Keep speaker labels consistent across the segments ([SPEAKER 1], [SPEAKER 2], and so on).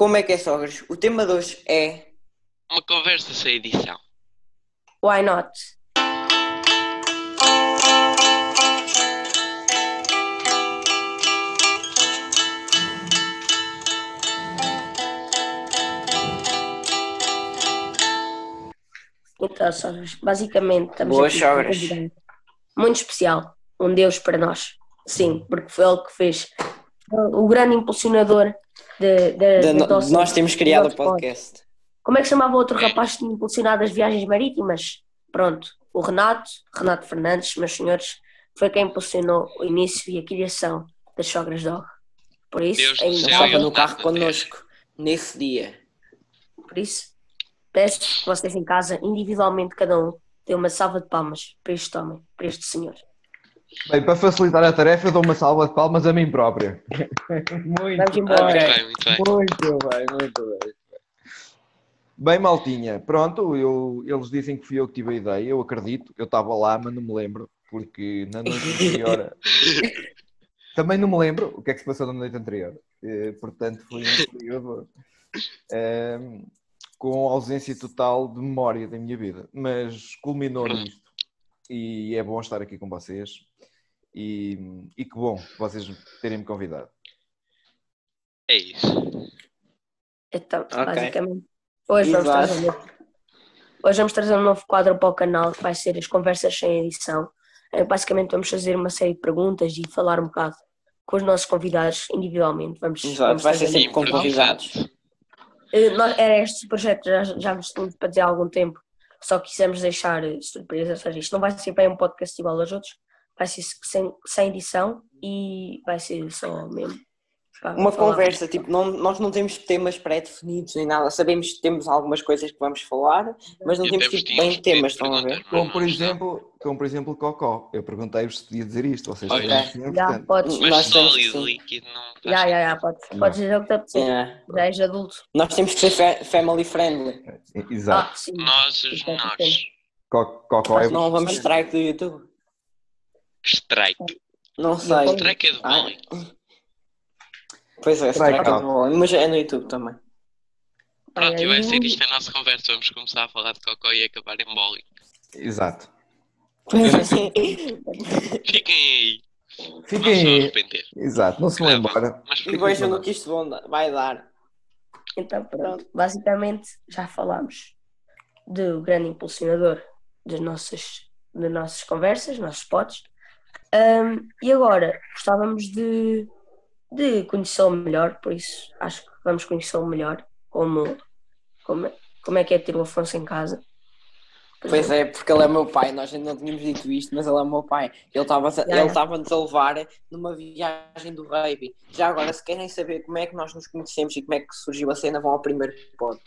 [SPEAKER 1] Como é que é, sogras? O tema de hoje é.
[SPEAKER 2] Uma conversa sem edição.
[SPEAKER 3] Why not? Então, sogras, basicamente estamos
[SPEAKER 1] Boas,
[SPEAKER 3] aqui com um
[SPEAKER 1] sogras.
[SPEAKER 3] convidado muito especial, um Deus para nós. Sim, porque foi ele que fez o grande impulsionador de, de-
[SPEAKER 1] de
[SPEAKER 3] da
[SPEAKER 1] no-
[SPEAKER 3] nossa-
[SPEAKER 1] de nós temos criado o
[SPEAKER 3] nosso pod.
[SPEAKER 1] podcast.
[SPEAKER 3] Como é que chamava o outro rapaz que tinha impulsionado as viagens marítimas? Pronto, o Renato, Renato Fernandes, meus senhores, foi quem impulsionou o início e a criação das Sogras Dog. Por isso,
[SPEAKER 2] Deus do
[SPEAKER 3] ainda
[SPEAKER 2] céu,
[SPEAKER 1] Estava
[SPEAKER 3] podem,
[SPEAKER 2] eu-
[SPEAKER 1] no carro
[SPEAKER 2] é.
[SPEAKER 1] connosco nesse dia.
[SPEAKER 3] por isso, peço que vocês em casa, individualmente, cada um, dê uma salva de palmas para este homem, para este senhor.
[SPEAKER 4] Bem, para facilitar a tarefa, eu dou uma salva de palmas a mim próprio.
[SPEAKER 3] Vamos
[SPEAKER 5] Muito
[SPEAKER 2] Muito
[SPEAKER 3] embora.
[SPEAKER 5] bem.
[SPEAKER 2] bem, muito bem.
[SPEAKER 5] Muito bem, muito bem.
[SPEAKER 4] Bem, Maltinha, pronto, eu- eles dizem que fui eu que tive a ideia, eu acredito, eu estava lá, mas não me lembro, porque na noite anterior. Também não me lembro o que é que se passou na noite anterior, eh, portanto foi um período ehm, com ausência total de memória da minha vida, mas culminou nisto e é bom estar aqui com vocês e, e que bom vocês terem-me convidado.
[SPEAKER 2] É isso.
[SPEAKER 3] Então,
[SPEAKER 1] Ok.
[SPEAKER 3] basicamente, hoje vamos,
[SPEAKER 1] Exato.
[SPEAKER 3] trazer um novo, hoje vamos trazer um novo quadro para o canal que vai ser as conversas sem edição. Eh, Basicamente vamos fazer uma série de perguntas e falar um bocado com os nossos convidados individualmente. Vamos,
[SPEAKER 1] Exato,
[SPEAKER 3] vamos
[SPEAKER 1] vai ser assim.
[SPEAKER 3] fazer-
[SPEAKER 1] sempre com convidados.
[SPEAKER 3] Eh, nós- Era este projeto, já, já nos tínhamos para dizer há algum tempo, só quisemos deixar eh, surpresa, ou seja, isto não vai ser bem um podcast igual aos outros, vai ser sem, sem edição e vai ser só mesmo. pá,
[SPEAKER 1] Uma
[SPEAKER 3] falar.
[SPEAKER 1] conversa, tipo, não- nós não temos temas pré-definidos nem nada. Sabemos que temos algumas coisas que vamos falar, mas não
[SPEAKER 2] E
[SPEAKER 1] temos,
[SPEAKER 2] até vos
[SPEAKER 1] tipo, bem
[SPEAKER 2] tínhamos
[SPEAKER 1] temas, estão
[SPEAKER 2] pedido
[SPEAKER 1] a ver?
[SPEAKER 2] perguntas,
[SPEAKER 4] Como
[SPEAKER 2] mas
[SPEAKER 4] por
[SPEAKER 2] não é?
[SPEAKER 4] exemplo, como por exemplo Cocó. Eu perguntei-vos se podia dizer isto, vocês
[SPEAKER 2] Olha.
[SPEAKER 4] disseram que sim,
[SPEAKER 3] Já,
[SPEAKER 4] portanto,
[SPEAKER 3] podes.
[SPEAKER 2] está. Mas
[SPEAKER 1] Nós temos que
[SPEAKER 2] sólido,
[SPEAKER 1] sim.
[SPEAKER 2] líquido, não. faz
[SPEAKER 3] Já, já, já, podes,
[SPEAKER 4] Não.
[SPEAKER 3] podes dizer o que te apetecer.
[SPEAKER 1] É.
[SPEAKER 3] Já és adulto.
[SPEAKER 1] Nós temos que ser fa- family friendly.
[SPEAKER 4] e- Exato.
[SPEAKER 3] Ah, sim.
[SPEAKER 2] Nós, os
[SPEAKER 3] Então,
[SPEAKER 2] nós.
[SPEAKER 3] depende.
[SPEAKER 4] Co- Cocó é
[SPEAKER 1] Nós não vamos strike do YouTube.
[SPEAKER 2] Strike.
[SPEAKER 1] Não sei.
[SPEAKER 2] Strike é de
[SPEAKER 1] Ah.
[SPEAKER 2] bullying.
[SPEAKER 1] Pois é,
[SPEAKER 4] Strike
[SPEAKER 1] strike é
[SPEAKER 4] out.
[SPEAKER 1] bom, mas é no YouTube também.
[SPEAKER 3] Olha,
[SPEAKER 2] Pronto, eu
[SPEAKER 3] e-
[SPEAKER 2] acho que isto é a nossa conversa. Vamos começar a falar de cocó e acabar em bowling.
[SPEAKER 4] Exato.
[SPEAKER 2] Fiquem aí. Não É, se
[SPEAKER 4] Fiquem
[SPEAKER 2] vão
[SPEAKER 4] aí.
[SPEAKER 2] arrepender.
[SPEAKER 4] Exato, não se vão embora.
[SPEAKER 2] Mas
[SPEAKER 1] E
[SPEAKER 2] fiquem
[SPEAKER 1] vejam no que isto vão dar- vai dar.
[SPEAKER 3] Então, pronto. Basicamente, já falámos do grande impulsionador das nossas, das nossas conversas, dos nossos pods. Ahm, e agora, gostávamos de, de conhecê-lo melhor, por isso acho que vamos conhecê-lo melhor, como, como, é- como é que é ter o Afonso em casa.
[SPEAKER 1] Pois é, porque ele é meu pai, nós ainda não tínhamos dito isto, mas ele é meu pai. Ele estava-nos
[SPEAKER 3] Já, já.
[SPEAKER 1] a levar numa viagem do Baby. Já agora, se querem saber como é que nós nos conhecemos e como é que surgiu a cena, vão ao primeiro pod.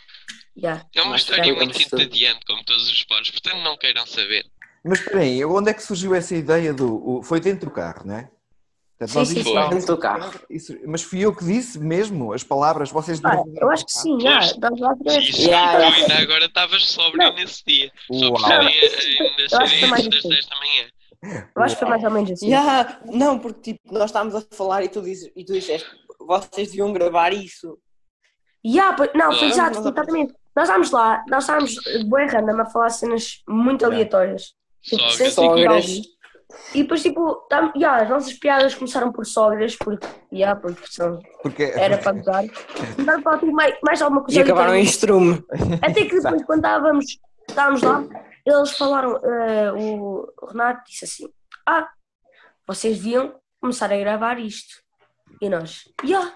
[SPEAKER 3] Yeah.
[SPEAKER 2] É uma
[SPEAKER 1] Nós
[SPEAKER 2] história
[SPEAKER 1] ficamos
[SPEAKER 2] muito
[SPEAKER 1] todos.
[SPEAKER 2] entediante, como todos os podes, portanto não queiram saber.
[SPEAKER 4] Mas espera aí, onde é que surgiu essa ideia do. o- Foi dentro do carro, não é? Portanto,
[SPEAKER 3] Sim,
[SPEAKER 4] nós
[SPEAKER 3] sim,
[SPEAKER 4] estávamos
[SPEAKER 1] Dentro do carro.
[SPEAKER 4] dentro do carro, isso- mas fui eu que disse mesmo as palavras, vocês não
[SPEAKER 3] Ah,
[SPEAKER 4] fizeram
[SPEAKER 3] eu acho que sim, já. Nós lá tivemos-
[SPEAKER 2] Isso,
[SPEAKER 1] Yeah,
[SPEAKER 2] tu
[SPEAKER 1] yeah.
[SPEAKER 2] ainda agora estavas sóbrio nesse dia. Só
[SPEAKER 4] Uau.
[SPEAKER 2] por serem eh, ainda
[SPEAKER 3] Eu acho que
[SPEAKER 2] serem
[SPEAKER 3] foi mais
[SPEAKER 2] antes das
[SPEAKER 3] difícil.
[SPEAKER 2] 10 da manhã.
[SPEAKER 3] eu acho que foi mais ou menos assim.
[SPEAKER 1] Yeah, não, porque tipo, nós estávamos a falar e tu, dizes, e tu disseste, vocês deviam gravar isso.
[SPEAKER 3] Yeah, pois- não, foi
[SPEAKER 2] Claro.
[SPEAKER 3] exato, foi exatamente. Nós estávamos lá, nós estávamos eh, bué random a falar cenas muito
[SPEAKER 4] Yeah.
[SPEAKER 3] aleatórias. Tipo,
[SPEAKER 2] Sogras.
[SPEAKER 3] sem
[SPEAKER 1] Sogras.
[SPEAKER 3] sentido. E depois, tipo, tam, yeah, as nossas piadas começaram por sogras, porque, yeah, porque são,
[SPEAKER 4] Porque
[SPEAKER 3] era para mudar. Começaram a falar tipo, mais, mais alguma coisa
[SPEAKER 1] E acabaram em Tá.
[SPEAKER 3] aleatória.
[SPEAKER 1] estrume.
[SPEAKER 3] Até que depois, quando estávamos, estávamos lá, eles falaram, eh, o Renato disse assim: Ah, vocês deviam começar a gravar isto. E nós, yeah,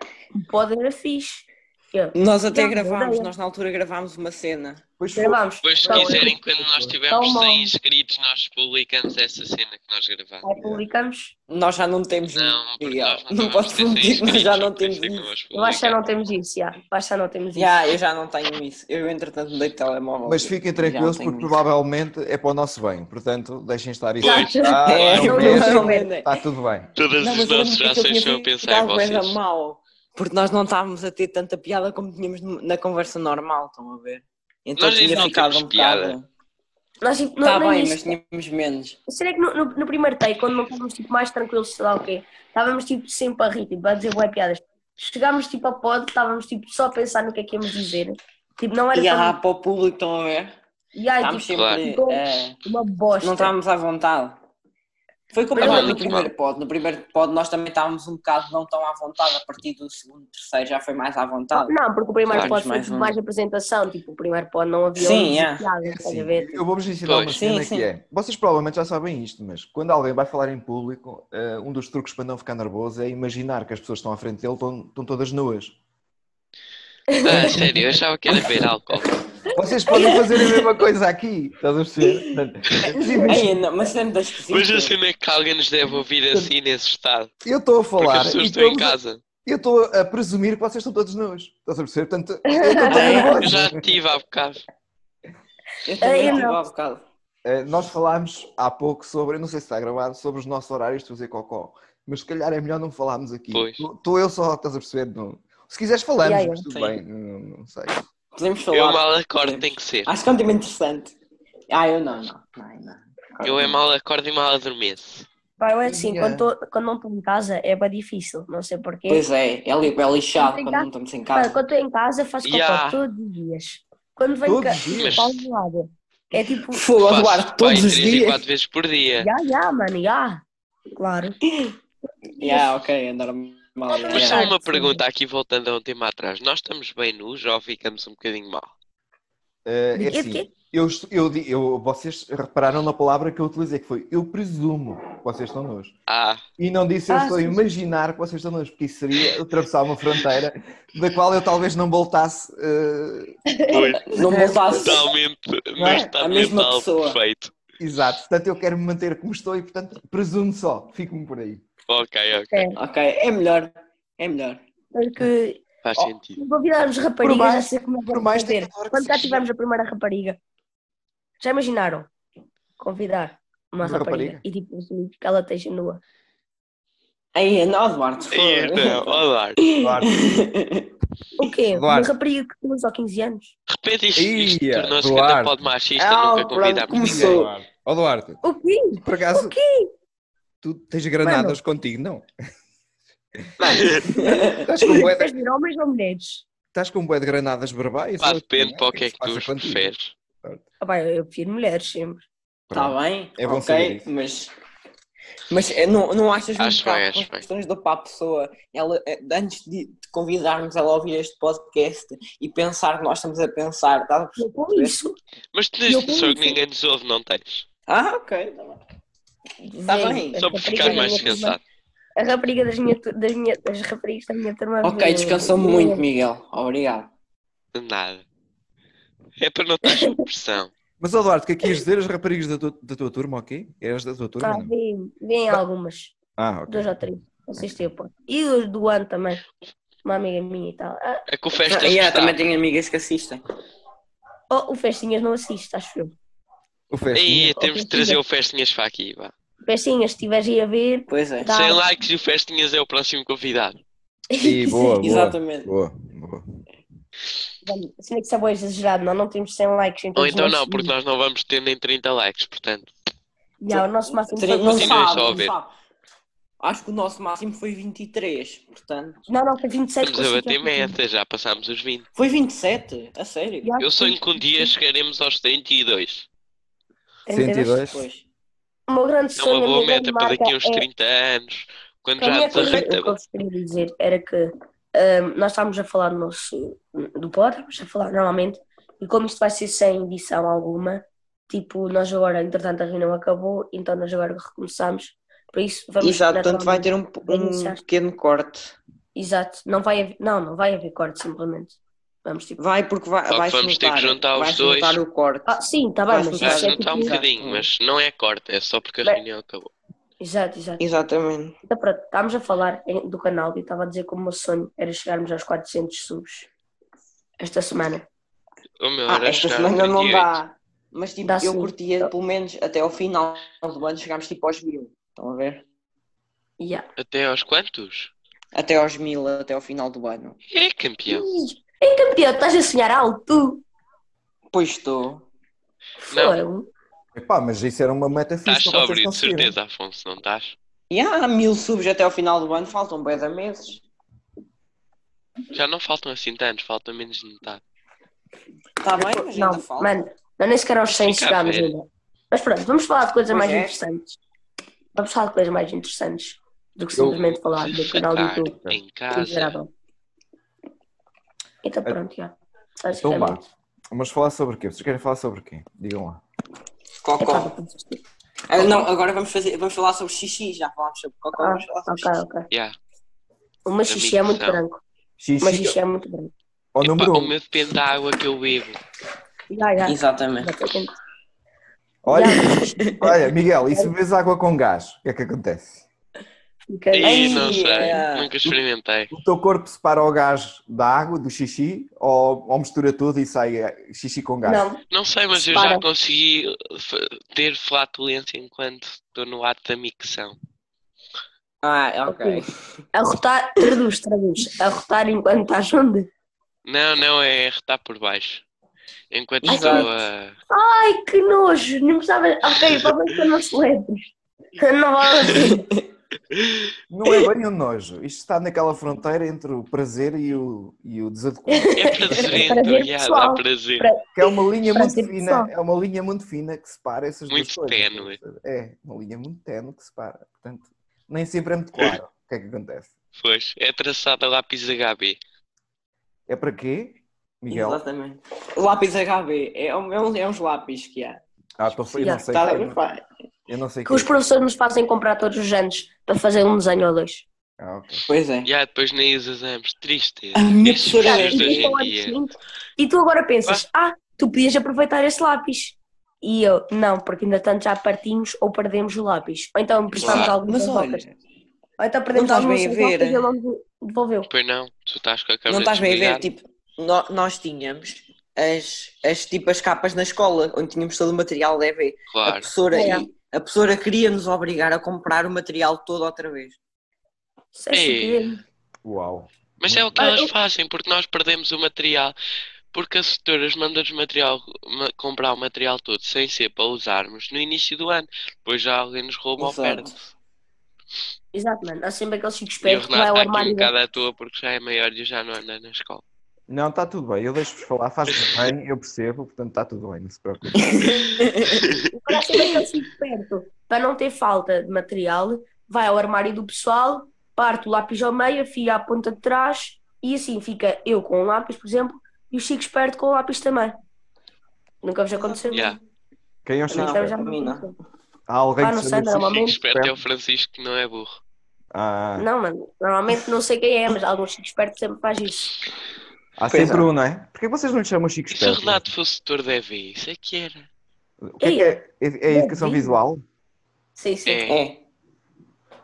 [SPEAKER 3] pode era fixe. Eu,
[SPEAKER 1] Nós até
[SPEAKER 3] Não,
[SPEAKER 1] gravámos,
[SPEAKER 3] ideia.
[SPEAKER 1] nós na altura gravámos uma cena.
[SPEAKER 4] Pois foi.
[SPEAKER 3] gravámos.
[SPEAKER 2] Depois, se
[SPEAKER 3] Então,
[SPEAKER 2] quiserem, quando nós tivermos
[SPEAKER 3] Então,
[SPEAKER 2] 100 inscritos, nós publicamos essa cena que nós gravamos.
[SPEAKER 3] Aí publicamos.
[SPEAKER 1] Nós já não temos
[SPEAKER 2] Não, porque
[SPEAKER 1] Miguel.
[SPEAKER 2] nós
[SPEAKER 1] Não,
[SPEAKER 2] não
[SPEAKER 1] posso
[SPEAKER 2] vamos ter 100
[SPEAKER 1] mentir, nós já não temos
[SPEAKER 2] inscritos, por isso é
[SPEAKER 1] isso.
[SPEAKER 2] que nós
[SPEAKER 3] Eu acho que já
[SPEAKER 2] publicamos.
[SPEAKER 3] não temos isso, já. Eu acho que já não temos isso.
[SPEAKER 1] Já, eu já não tenho isso. Eu entretanto mudei de telemóvel.
[SPEAKER 4] Mas
[SPEAKER 1] Já
[SPEAKER 4] fiquem
[SPEAKER 1] não
[SPEAKER 4] tranquilos
[SPEAKER 1] tenho
[SPEAKER 4] porque
[SPEAKER 1] isso.
[SPEAKER 4] provavelmente é para o nosso bem, portanto deixem estar isso.
[SPEAKER 2] Pois.
[SPEAKER 4] Ah,
[SPEAKER 1] É,
[SPEAKER 4] não
[SPEAKER 1] não,
[SPEAKER 4] mexam,
[SPEAKER 1] não, não.
[SPEAKER 4] Está tudo bem.
[SPEAKER 2] Todas
[SPEAKER 1] Não,
[SPEAKER 2] as
[SPEAKER 1] mas eu lembro
[SPEAKER 2] nossas
[SPEAKER 1] que aquilo
[SPEAKER 2] ações
[SPEAKER 1] tinha
[SPEAKER 2] são a pensar em
[SPEAKER 1] ficado bué da
[SPEAKER 2] vocês.
[SPEAKER 1] mal. Porque nós não estávamos a ter tanta piada como tínhamos no- na conversa normal, estão a ver? Então
[SPEAKER 2] Nós ainda
[SPEAKER 1] tinha
[SPEAKER 2] não
[SPEAKER 1] ficado
[SPEAKER 2] temos
[SPEAKER 1] um bocado.
[SPEAKER 2] piada.
[SPEAKER 3] Nós, tipo, não,
[SPEAKER 1] Está Tá
[SPEAKER 3] nem
[SPEAKER 1] bem,
[SPEAKER 3] isso.
[SPEAKER 1] mas tínhamos menos.
[SPEAKER 3] Será que no, no, no primeiro take, quando não estávamos tipo, mais tranquilos, sei lá o quê, estávamos tipo, sempre a rir, tipo, a dizer boé piadas. chegámos tipo a pod, estávamos tipo só a pensar no que é que íamos dizer. Tipo, não era
[SPEAKER 1] E há
[SPEAKER 3] tão...
[SPEAKER 1] para o público, estão a ver?
[SPEAKER 3] E aí,
[SPEAKER 1] Estamos
[SPEAKER 3] tipo,
[SPEAKER 1] sempre.
[SPEAKER 3] ficou
[SPEAKER 1] eh,
[SPEAKER 3] uma bosta.
[SPEAKER 1] não estávamos à vontade. Foi como
[SPEAKER 3] Mas
[SPEAKER 1] eu
[SPEAKER 3] não é
[SPEAKER 1] no
[SPEAKER 2] muito
[SPEAKER 1] primeiro pod. No primeiro pod nós também estávamos um bocado não tão à vontade. A partir do segundo, terceiro já foi mais à vontade.
[SPEAKER 3] Não, porque o
[SPEAKER 2] Claro.
[SPEAKER 3] primeiro pod foi
[SPEAKER 1] Mais
[SPEAKER 3] tipo,
[SPEAKER 1] um.
[SPEAKER 3] mais apresentação, tipo, o primeiro pod não havia
[SPEAKER 1] Sim,
[SPEAKER 3] onde
[SPEAKER 1] é.
[SPEAKER 3] dizer piada, estás
[SPEAKER 4] Sim,
[SPEAKER 3] a ver?
[SPEAKER 4] assim, eu vou-vos ensinar uma
[SPEAKER 2] Pois.
[SPEAKER 4] cena
[SPEAKER 1] Sim, sim.
[SPEAKER 4] que é. Vocês provavelmente já sabem isto, mas quando alguém vai falar em público, eh, um dos truques para não ficar nervoso é imaginar que as pessoas que estão à frente dele estão, estão todas nuas.
[SPEAKER 2] Ah, sério, eu achava que era beber álcool.
[SPEAKER 4] Vocês podem fazer a mesma coisa aqui. Estás a perceber? Portanto, imagina,
[SPEAKER 1] Ai, não, mas sempre das
[SPEAKER 2] Mas a cena é que alguém nos deve ouvir assim nesse estado.
[SPEAKER 4] Eu estou a
[SPEAKER 2] Porque as
[SPEAKER 4] falar.
[SPEAKER 2] pessoas
[SPEAKER 4] e
[SPEAKER 2] estão em
[SPEAKER 4] todos-
[SPEAKER 2] casa.
[SPEAKER 4] Eu estou a presumir que vocês estão todos nuas. Estás a perceber? Portanto, eu estou toda nervosa.
[SPEAKER 2] Eu já tive há bocado.
[SPEAKER 1] Eu também
[SPEAKER 3] Ai, eu
[SPEAKER 1] tive
[SPEAKER 3] não.
[SPEAKER 1] há bocado.
[SPEAKER 4] Eh, nós falámos há pouco sobre, eu não sei se está gravado, sobre os nossos horários de fazer cocó, mas se calhar é melhor não falarmos aqui.
[SPEAKER 2] Pois.
[SPEAKER 4] Estou eu só, estás a perceber? Não. Se quiseres falamos,
[SPEAKER 3] Ya, ya.
[SPEAKER 4] mas tudo
[SPEAKER 1] Sim.
[SPEAKER 4] bem, não, não sei.
[SPEAKER 1] Podemos
[SPEAKER 2] Eu
[SPEAKER 1] falar.
[SPEAKER 2] mal acordo, tem que ser.
[SPEAKER 1] Acho que é um tema interessante. Ah, eu não, não. não, não.
[SPEAKER 2] Eu é mal acordo e mal adormeço.
[SPEAKER 3] Pá, eu é assim, quando,
[SPEAKER 4] Yeah.
[SPEAKER 3] tô- quando não estou em casa é bem difícil, não sei porquê.
[SPEAKER 1] Pois é, é, li- é lixado
[SPEAKER 3] Obrigada.
[SPEAKER 1] quando não estamos em
[SPEAKER 3] Pá,
[SPEAKER 1] casa.
[SPEAKER 3] quando estou em casa faço cocó
[SPEAKER 2] Yeah.
[SPEAKER 3] todos os dias. Quando venho
[SPEAKER 4] Todos
[SPEAKER 3] cá,
[SPEAKER 4] os dias?
[SPEAKER 3] para o lado, é tipo,
[SPEAKER 1] Fogo,
[SPEAKER 2] Faço,
[SPEAKER 1] Eduardo,
[SPEAKER 2] pá, aí
[SPEAKER 1] todos os
[SPEAKER 2] três e
[SPEAKER 1] dias.
[SPEAKER 2] quatro vezes por
[SPEAKER 4] É.
[SPEAKER 2] dia.
[SPEAKER 3] já, já, mano, já. Claro.
[SPEAKER 1] Yeah, ok, é normal.
[SPEAKER 2] Mas
[SPEAKER 1] Yeah.
[SPEAKER 2] só uma
[SPEAKER 3] Sim.
[SPEAKER 2] pergunta aqui, voltando a um tema atrás. Nós estamos bem nus ou ficamos um bocadinho mal?
[SPEAKER 4] Eh, é
[SPEAKER 3] De quê, de
[SPEAKER 4] assim, eu, est- eu, di- eu, vocês repararam na palavra que eu utilizei, que foi eu presumo que vocês estão nuas.
[SPEAKER 2] Ah,
[SPEAKER 4] E não disse eu
[SPEAKER 3] Ah,
[SPEAKER 4] estou a
[SPEAKER 3] sim, sim.
[SPEAKER 4] imaginar que vocês estão nuas, porque isso seria atravessar uma fronteira da qual eu talvez não voltasse. eh,
[SPEAKER 2] pois,
[SPEAKER 1] Não
[SPEAKER 2] Então.
[SPEAKER 1] voltasse.
[SPEAKER 2] totalmente,
[SPEAKER 4] é?
[SPEAKER 2] no
[SPEAKER 1] A
[SPEAKER 2] estado
[SPEAKER 1] mesma
[SPEAKER 2] mental
[SPEAKER 1] pessoa.
[SPEAKER 2] perfeito.
[SPEAKER 4] exato, portanto eu quero me manter como estou e, portanto, presumo só, fico-me por aí.
[SPEAKER 2] Ok, ok,
[SPEAKER 1] Ok, é melhor. É melhor.
[SPEAKER 3] Porque
[SPEAKER 2] faz
[SPEAKER 4] Oh.
[SPEAKER 2] sentido.
[SPEAKER 3] convidarmos raparigas
[SPEAKER 4] mais-
[SPEAKER 3] a ser como é que
[SPEAKER 4] por
[SPEAKER 3] vamos
[SPEAKER 4] mais
[SPEAKER 3] fazer.
[SPEAKER 4] tentador que
[SPEAKER 3] Quando cá
[SPEAKER 4] seja.
[SPEAKER 3] tivermos a primeira rapariga, já imaginaram? Convidar uma
[SPEAKER 4] Uma
[SPEAKER 3] rapariga,
[SPEAKER 4] rapariga?
[SPEAKER 3] e tipo assim, que ela esteja nua.
[SPEAKER 1] Aí, não, Eduardo. fogo.
[SPEAKER 2] Ih, não, Olá.
[SPEAKER 4] Claro.
[SPEAKER 3] O quê? Uma
[SPEAKER 4] Eduardo.
[SPEAKER 3] rapariga que tem só 15 anos.
[SPEAKER 2] De repente isto, isto
[SPEAKER 4] Ia,
[SPEAKER 2] tornou-se
[SPEAKER 4] Duarte.
[SPEAKER 2] cada pod machista,
[SPEAKER 1] Ah,
[SPEAKER 2] nunca
[SPEAKER 1] pronto, começou.
[SPEAKER 2] convidámos ninguém.
[SPEAKER 1] Sou.
[SPEAKER 4] Ó Duarte,
[SPEAKER 3] O quê?
[SPEAKER 4] por acaso, tu tens granadas contigo, não? Estás com bué de,
[SPEAKER 3] Queres ver é homens ou mulheres?
[SPEAKER 4] estás com bué de granadas verbais?
[SPEAKER 2] Pá,
[SPEAKER 4] ou-
[SPEAKER 2] depende para o que é
[SPEAKER 4] se
[SPEAKER 2] que
[SPEAKER 4] né? passa
[SPEAKER 2] tu
[SPEAKER 4] contigo?
[SPEAKER 2] preferes.
[SPEAKER 3] Ah, pá, eu prefiro mulheres sempre.
[SPEAKER 2] tá
[SPEAKER 1] Está
[SPEAKER 4] Pronto.
[SPEAKER 1] Tá bem?
[SPEAKER 4] É bom
[SPEAKER 1] ok,
[SPEAKER 4] saber isso.
[SPEAKER 1] mas. Mas é, não, não achas
[SPEAKER 2] Acho
[SPEAKER 1] que há
[SPEAKER 2] bem, acho
[SPEAKER 1] as
[SPEAKER 2] bem.
[SPEAKER 1] questões da para a pessoa, ela, eh, antes de de convidarmos ela a ouvir este podcast e pensar que nós estamos a pensar, tá? estás a
[SPEAKER 3] Eu com
[SPEAKER 1] perceber?
[SPEAKER 3] isso.
[SPEAKER 2] Mas tu
[SPEAKER 3] Eu
[SPEAKER 2] tens noção que
[SPEAKER 3] conheço.
[SPEAKER 2] ninguém nos ouve, não tens?
[SPEAKER 1] Ah, ok, está bem. Tá bem.
[SPEAKER 2] Só para
[SPEAKER 3] é
[SPEAKER 2] ficar mais descansado.
[SPEAKER 3] A rapariga das, minha, tu- das, minha, das raparigas da minha turma.
[SPEAKER 1] Ok, descansou
[SPEAKER 3] vinha-
[SPEAKER 1] muito, Miguel. Obrigado.
[SPEAKER 2] De nada. É para não estar sob pressão.
[SPEAKER 4] Mas, ó Duarte, o que é que ias dizer? As raparigas da tua, da tua turma, ok? Eras da tua turma?
[SPEAKER 3] Ah,
[SPEAKER 4] não?
[SPEAKER 3] vêm, vêm algumas.
[SPEAKER 4] Ah, ok.
[SPEAKER 3] Dois ou três. Vocês têm pô. E os do ano também. Uma amiga minha e tal. Ah,
[SPEAKER 2] É que o festa
[SPEAKER 1] Ah, yeah,
[SPEAKER 2] está.
[SPEAKER 1] também tenho amigas que assistem.
[SPEAKER 3] oh, o Festinhas não assiste, acho eu.
[SPEAKER 4] O é? festinha.
[SPEAKER 2] Aí, temos de trazer o Festinhas para aqui, vá.
[SPEAKER 3] Festinhas, se estiveres aí a ver.
[SPEAKER 1] Pois é.
[SPEAKER 3] Tá.
[SPEAKER 2] Sem likes e o Festinhas é o próximo convidado.
[SPEAKER 4] Ih, boa, boa.
[SPEAKER 1] Exatamente.
[SPEAKER 4] Boa, boa.
[SPEAKER 3] Se não é que isso é bué exagerado, nós não temos 100 likes. Então
[SPEAKER 2] Ou então não, porque nós não vamos ter nem 30 likes, portanto.
[SPEAKER 3] Já, o nosso máximo foi...
[SPEAKER 1] Seria- Não
[SPEAKER 2] Continuem
[SPEAKER 1] sabe,
[SPEAKER 2] só a
[SPEAKER 1] não
[SPEAKER 2] ver.
[SPEAKER 1] sabe. Acho que o nosso máximo foi 23, portanto.
[SPEAKER 3] Não, não, foi 27.
[SPEAKER 2] Estamos a bater meta, já passámos os 20.
[SPEAKER 1] Foi 27? A É sério?
[SPEAKER 3] Ah,
[SPEAKER 2] Eu sonho que um dia chegaremos aos 32.
[SPEAKER 4] 102.
[SPEAKER 1] Pois.
[SPEAKER 3] O meu grande
[SPEAKER 2] É uma
[SPEAKER 3] sonho,
[SPEAKER 2] boa
[SPEAKER 3] a minha grande
[SPEAKER 2] meta para daqui a
[SPEAKER 3] marca
[SPEAKER 2] uns
[SPEAKER 3] é-
[SPEAKER 2] 30 anos, quando
[SPEAKER 3] Para mim,
[SPEAKER 2] já
[SPEAKER 3] é que eu- o que eu
[SPEAKER 2] desarreta.
[SPEAKER 3] vos queria dizer era que ahm, nós estávamos a falar do nosso do pod, estávamos a falar normalmente, e como isto vai ser sem edição alguma, tipo, nós agora, entretanto, a reunião acabou, então nós agora recomeçamos, por isso vamos.
[SPEAKER 1] Exato, tanto vai
[SPEAKER 3] naturalmente-
[SPEAKER 1] ter um, um
[SPEAKER 3] Iniciaste.
[SPEAKER 1] pequeno corte.
[SPEAKER 3] Exato, não vai haver, não, não vai haver corte simplesmente. Vamos tipo.
[SPEAKER 1] Vai porque vai,
[SPEAKER 2] Só
[SPEAKER 1] vai
[SPEAKER 2] que vamos ter que juntar os
[SPEAKER 1] vai
[SPEAKER 2] dois.
[SPEAKER 1] juntar o corte.
[SPEAKER 3] Ah, sim, está bem,
[SPEAKER 1] Vai
[SPEAKER 3] mas
[SPEAKER 1] juntar-
[SPEAKER 3] isso
[SPEAKER 2] Já
[SPEAKER 3] é
[SPEAKER 2] não está um
[SPEAKER 1] Exato.
[SPEAKER 3] tipo.
[SPEAKER 2] bocadinho, mas não é corte, é só porque a
[SPEAKER 3] Bem.
[SPEAKER 2] reunião acabou.
[SPEAKER 3] Exato, exato.
[SPEAKER 1] Exatamente.
[SPEAKER 3] Então, pronto, estávamos a falar em- do canal e estava a dizer que o meu sonho era chegarmos aos 400 subs esta semana.
[SPEAKER 2] O meu
[SPEAKER 1] Ah,
[SPEAKER 2] era
[SPEAKER 1] esta
[SPEAKER 2] chegar aos
[SPEAKER 1] semana não
[SPEAKER 2] 28.
[SPEAKER 1] dá. Mas tipo,
[SPEAKER 3] Dá
[SPEAKER 1] eu
[SPEAKER 3] sim.
[SPEAKER 1] curtia pelo menos até ao final do ano chegámos tipo aos mil. Estão a ver?
[SPEAKER 3] E há-
[SPEAKER 2] Até aos quantos?
[SPEAKER 1] Até aos mil, até ao final do ano.
[SPEAKER 2] É campeão.
[SPEAKER 3] É campeão, estás a sonhar alto, tu?
[SPEAKER 1] Pois estou.
[SPEAKER 3] Fogo.
[SPEAKER 4] Epá, mas isso era uma meta fixa.
[SPEAKER 2] Estás
[SPEAKER 4] que vocês
[SPEAKER 2] sóbrio, de
[SPEAKER 4] conseguiram.
[SPEAKER 2] certeza, Afonso, não estás?
[SPEAKER 1] E há mil subs até ao final do ano, faltam bem a meses.
[SPEAKER 2] Já não faltam assim tantos, faltam menos de metade.
[SPEAKER 1] Está Tá bem, mas ainda
[SPEAKER 3] Não,
[SPEAKER 1] falta.
[SPEAKER 3] mano, não nem sequer aos 100
[SPEAKER 2] Fica a
[SPEAKER 3] chegámos
[SPEAKER 2] ver.
[SPEAKER 3] ainda. Mas pronto, vamos falar de coisas
[SPEAKER 1] Pois
[SPEAKER 3] mais
[SPEAKER 1] é.
[SPEAKER 3] interessantes. Vamos falar de coisas mais interessantes do que
[SPEAKER 4] Eu-
[SPEAKER 3] simplesmente falar do
[SPEAKER 2] Se
[SPEAKER 3] canal do
[SPEAKER 2] ficar
[SPEAKER 3] YouTube.
[SPEAKER 2] em
[SPEAKER 3] Que
[SPEAKER 2] casa.
[SPEAKER 3] miserável. Então pronto, já. é
[SPEAKER 4] Então vá.
[SPEAKER 3] Basicamente.
[SPEAKER 4] Vamos falar sobre o quê? Vocês querem falar sobre o quê? Digam lá.
[SPEAKER 1] Cocó.
[SPEAKER 3] Epá,
[SPEAKER 1] Ah, não, agora vamos, fazer, vamos falar sobre xixi. Já falámos sobre cocó.
[SPEAKER 3] Ah,
[SPEAKER 1] vamos falar sobre
[SPEAKER 3] ok, ok.
[SPEAKER 2] Yeah.
[SPEAKER 3] O meu xixi é muito
[SPEAKER 2] Amigos, não.
[SPEAKER 3] branco. O meu
[SPEAKER 4] Xixi
[SPEAKER 3] xixi é muito branco.
[SPEAKER 4] ao
[SPEAKER 2] Epá,
[SPEAKER 4] número
[SPEAKER 2] o
[SPEAKER 4] 1.
[SPEAKER 2] meu depende da água que eu bebo.
[SPEAKER 3] Já, já.
[SPEAKER 1] xixi. Exatamente.
[SPEAKER 3] Exatamente.
[SPEAKER 4] Olha,
[SPEAKER 3] Já.
[SPEAKER 4] olha, Miguel, e se bebes água com gás, o que é que acontece?
[SPEAKER 3] Fica-
[SPEAKER 1] É
[SPEAKER 2] Ih, não sei.
[SPEAKER 1] yeah.
[SPEAKER 2] Nunca experimentei.
[SPEAKER 4] O teu corpo separa o gás da água, do xixi, ou, ou mistura tudo e sai eh, xixi com gás?
[SPEAKER 3] Não,
[SPEAKER 2] Não sei, mas eu
[SPEAKER 3] Para.
[SPEAKER 2] já consegui uh, fa- ter flatulência enquanto estou no ato da micção.
[SPEAKER 1] Ah, ok.
[SPEAKER 3] arrotar, traduz, traduz. Arrotar enquanto estás onde?
[SPEAKER 2] Não, não, é retar por baixo. Enquanto
[SPEAKER 1] Ai,
[SPEAKER 2] estou
[SPEAKER 1] gente.
[SPEAKER 2] a.
[SPEAKER 3] Ai, que nojo! Não precisava. Ok, para que eu não celebres. Não vale a pena.
[SPEAKER 4] Não é bem um nojo. Isto está naquela fronteira entre o prazer e o, e o desadequado.
[SPEAKER 2] É prazerento,
[SPEAKER 3] Prazer
[SPEAKER 2] yeah,
[SPEAKER 3] pessoal.
[SPEAKER 2] dá prazer.
[SPEAKER 3] Pra-
[SPEAKER 4] Que é uma linha muito
[SPEAKER 3] Prazer
[SPEAKER 4] fina,
[SPEAKER 3] pessoal.
[SPEAKER 4] é uma linha muito fina que separa essas
[SPEAKER 2] Muito
[SPEAKER 4] duas coisas.
[SPEAKER 2] ténue.
[SPEAKER 4] É, uma linha muito ténue que separa. Portanto, nem sempre é muito claro o que é que acontece.
[SPEAKER 2] Pois, é traçado a lápis HB.
[SPEAKER 4] É para quê, Miguel?
[SPEAKER 1] Exatamente. Lápis HB. É, um- é, um- é uns lápis que há.
[SPEAKER 4] Ah, tô, eu não sei.
[SPEAKER 1] Tá,
[SPEAKER 4] eu, não,
[SPEAKER 1] pá.
[SPEAKER 4] eu não sei.
[SPEAKER 3] Que os
[SPEAKER 4] quem é.
[SPEAKER 3] professores nos fazem comprar todos os anos para fazer um desenho ou dois.
[SPEAKER 4] Ah, ok.
[SPEAKER 1] Pois é.
[SPEAKER 2] Já depois nem os exames. Triste.
[SPEAKER 1] A minha
[SPEAKER 2] Estes
[SPEAKER 1] professora
[SPEAKER 2] professores
[SPEAKER 1] era-
[SPEAKER 2] de hoje em
[SPEAKER 3] e, tu ao ano
[SPEAKER 2] dia.
[SPEAKER 3] seguinte- e tu agora pensas, ah, tu podias aproveitar esse lápis. E eu, não, porque ainda tanto já partimos ou perdemos o lápis. Ou então emprestámos
[SPEAKER 2] Claro,
[SPEAKER 3] algumas
[SPEAKER 1] Mas olha,
[SPEAKER 3] bocas. Ou então perdemos
[SPEAKER 1] estás
[SPEAKER 3] algumas
[SPEAKER 1] bem a
[SPEAKER 3] bocas
[SPEAKER 1] ver,
[SPEAKER 3] e ele não devolveu.
[SPEAKER 2] Pois não, tu estás com a câmera
[SPEAKER 1] não estás bem a ver?
[SPEAKER 2] desligada.
[SPEAKER 1] Tipo, nó- nós tínhamos as, as, tipo, as capas na escola, onde tínhamos todo o material leve. A
[SPEAKER 2] Claro.
[SPEAKER 1] professora,
[SPEAKER 3] É.
[SPEAKER 1] e- a professora queria nos obrigar a comprar o material todo outra vez.
[SPEAKER 3] Isso é
[SPEAKER 2] Ei.
[SPEAKER 3] estupidez.
[SPEAKER 4] Uau.
[SPEAKER 2] Mas é o que
[SPEAKER 3] Ah,
[SPEAKER 2] elas
[SPEAKER 3] eu-
[SPEAKER 2] fazem, porque nós perdemos o material. Porque as editoras mandam-nos material, ma- comprar o material todo sem ser para usarmos no início do ano. Depois já alguém nos rouba ou
[SPEAKER 1] Exato.
[SPEAKER 2] perde.
[SPEAKER 3] Exato, mano. Há sempre aqueles chicos
[SPEAKER 2] E o
[SPEAKER 3] espertos que
[SPEAKER 2] Renato
[SPEAKER 3] vai ao
[SPEAKER 2] está aqui um
[SPEAKER 3] armário. né? e-
[SPEAKER 2] bocado à toa porque já é maior e já não anda na escola.
[SPEAKER 4] Não, está tudo bem. Eu deixo-vos falar, faz bem, eu percebo, portanto está tudo bem, não se preocupe.
[SPEAKER 3] Há sempre aquele chico esperto. Para não ter falta de material, vai ao armário do pessoal, parte o lápis ao meio, afia a ponta de trás e assim fica eu com o lápis, por exemplo, e o chico esperto com o lápis também. Nunca vos aconteceu?
[SPEAKER 2] Yeah.
[SPEAKER 4] Quem é o Chico?
[SPEAKER 1] Não.
[SPEAKER 3] Então já
[SPEAKER 1] a mim não.
[SPEAKER 3] aconteceu.
[SPEAKER 4] Há alguém
[SPEAKER 3] Ah,
[SPEAKER 4] que
[SPEAKER 3] não
[SPEAKER 4] se
[SPEAKER 3] sei,
[SPEAKER 4] chama Chico?
[SPEAKER 3] normalmente-
[SPEAKER 2] Chico esperto é o Francisco que não é burro.
[SPEAKER 4] Ah,
[SPEAKER 3] Não, mano. Normalmente não sei quem é, mas algum chico esperto sempre faz isso.
[SPEAKER 4] há
[SPEAKER 1] Pois
[SPEAKER 4] sempre
[SPEAKER 1] é.
[SPEAKER 4] um, não é? Porquê que vocês não lhe chamam Chico
[SPEAKER 2] E se o
[SPEAKER 4] Esperto?
[SPEAKER 2] Renato fosse tutor da EVI, isso é que era.
[SPEAKER 4] O que é que é? É, é educação
[SPEAKER 3] Bem-vindo.
[SPEAKER 4] visual?
[SPEAKER 3] Sim, sim.
[SPEAKER 2] É,
[SPEAKER 1] É.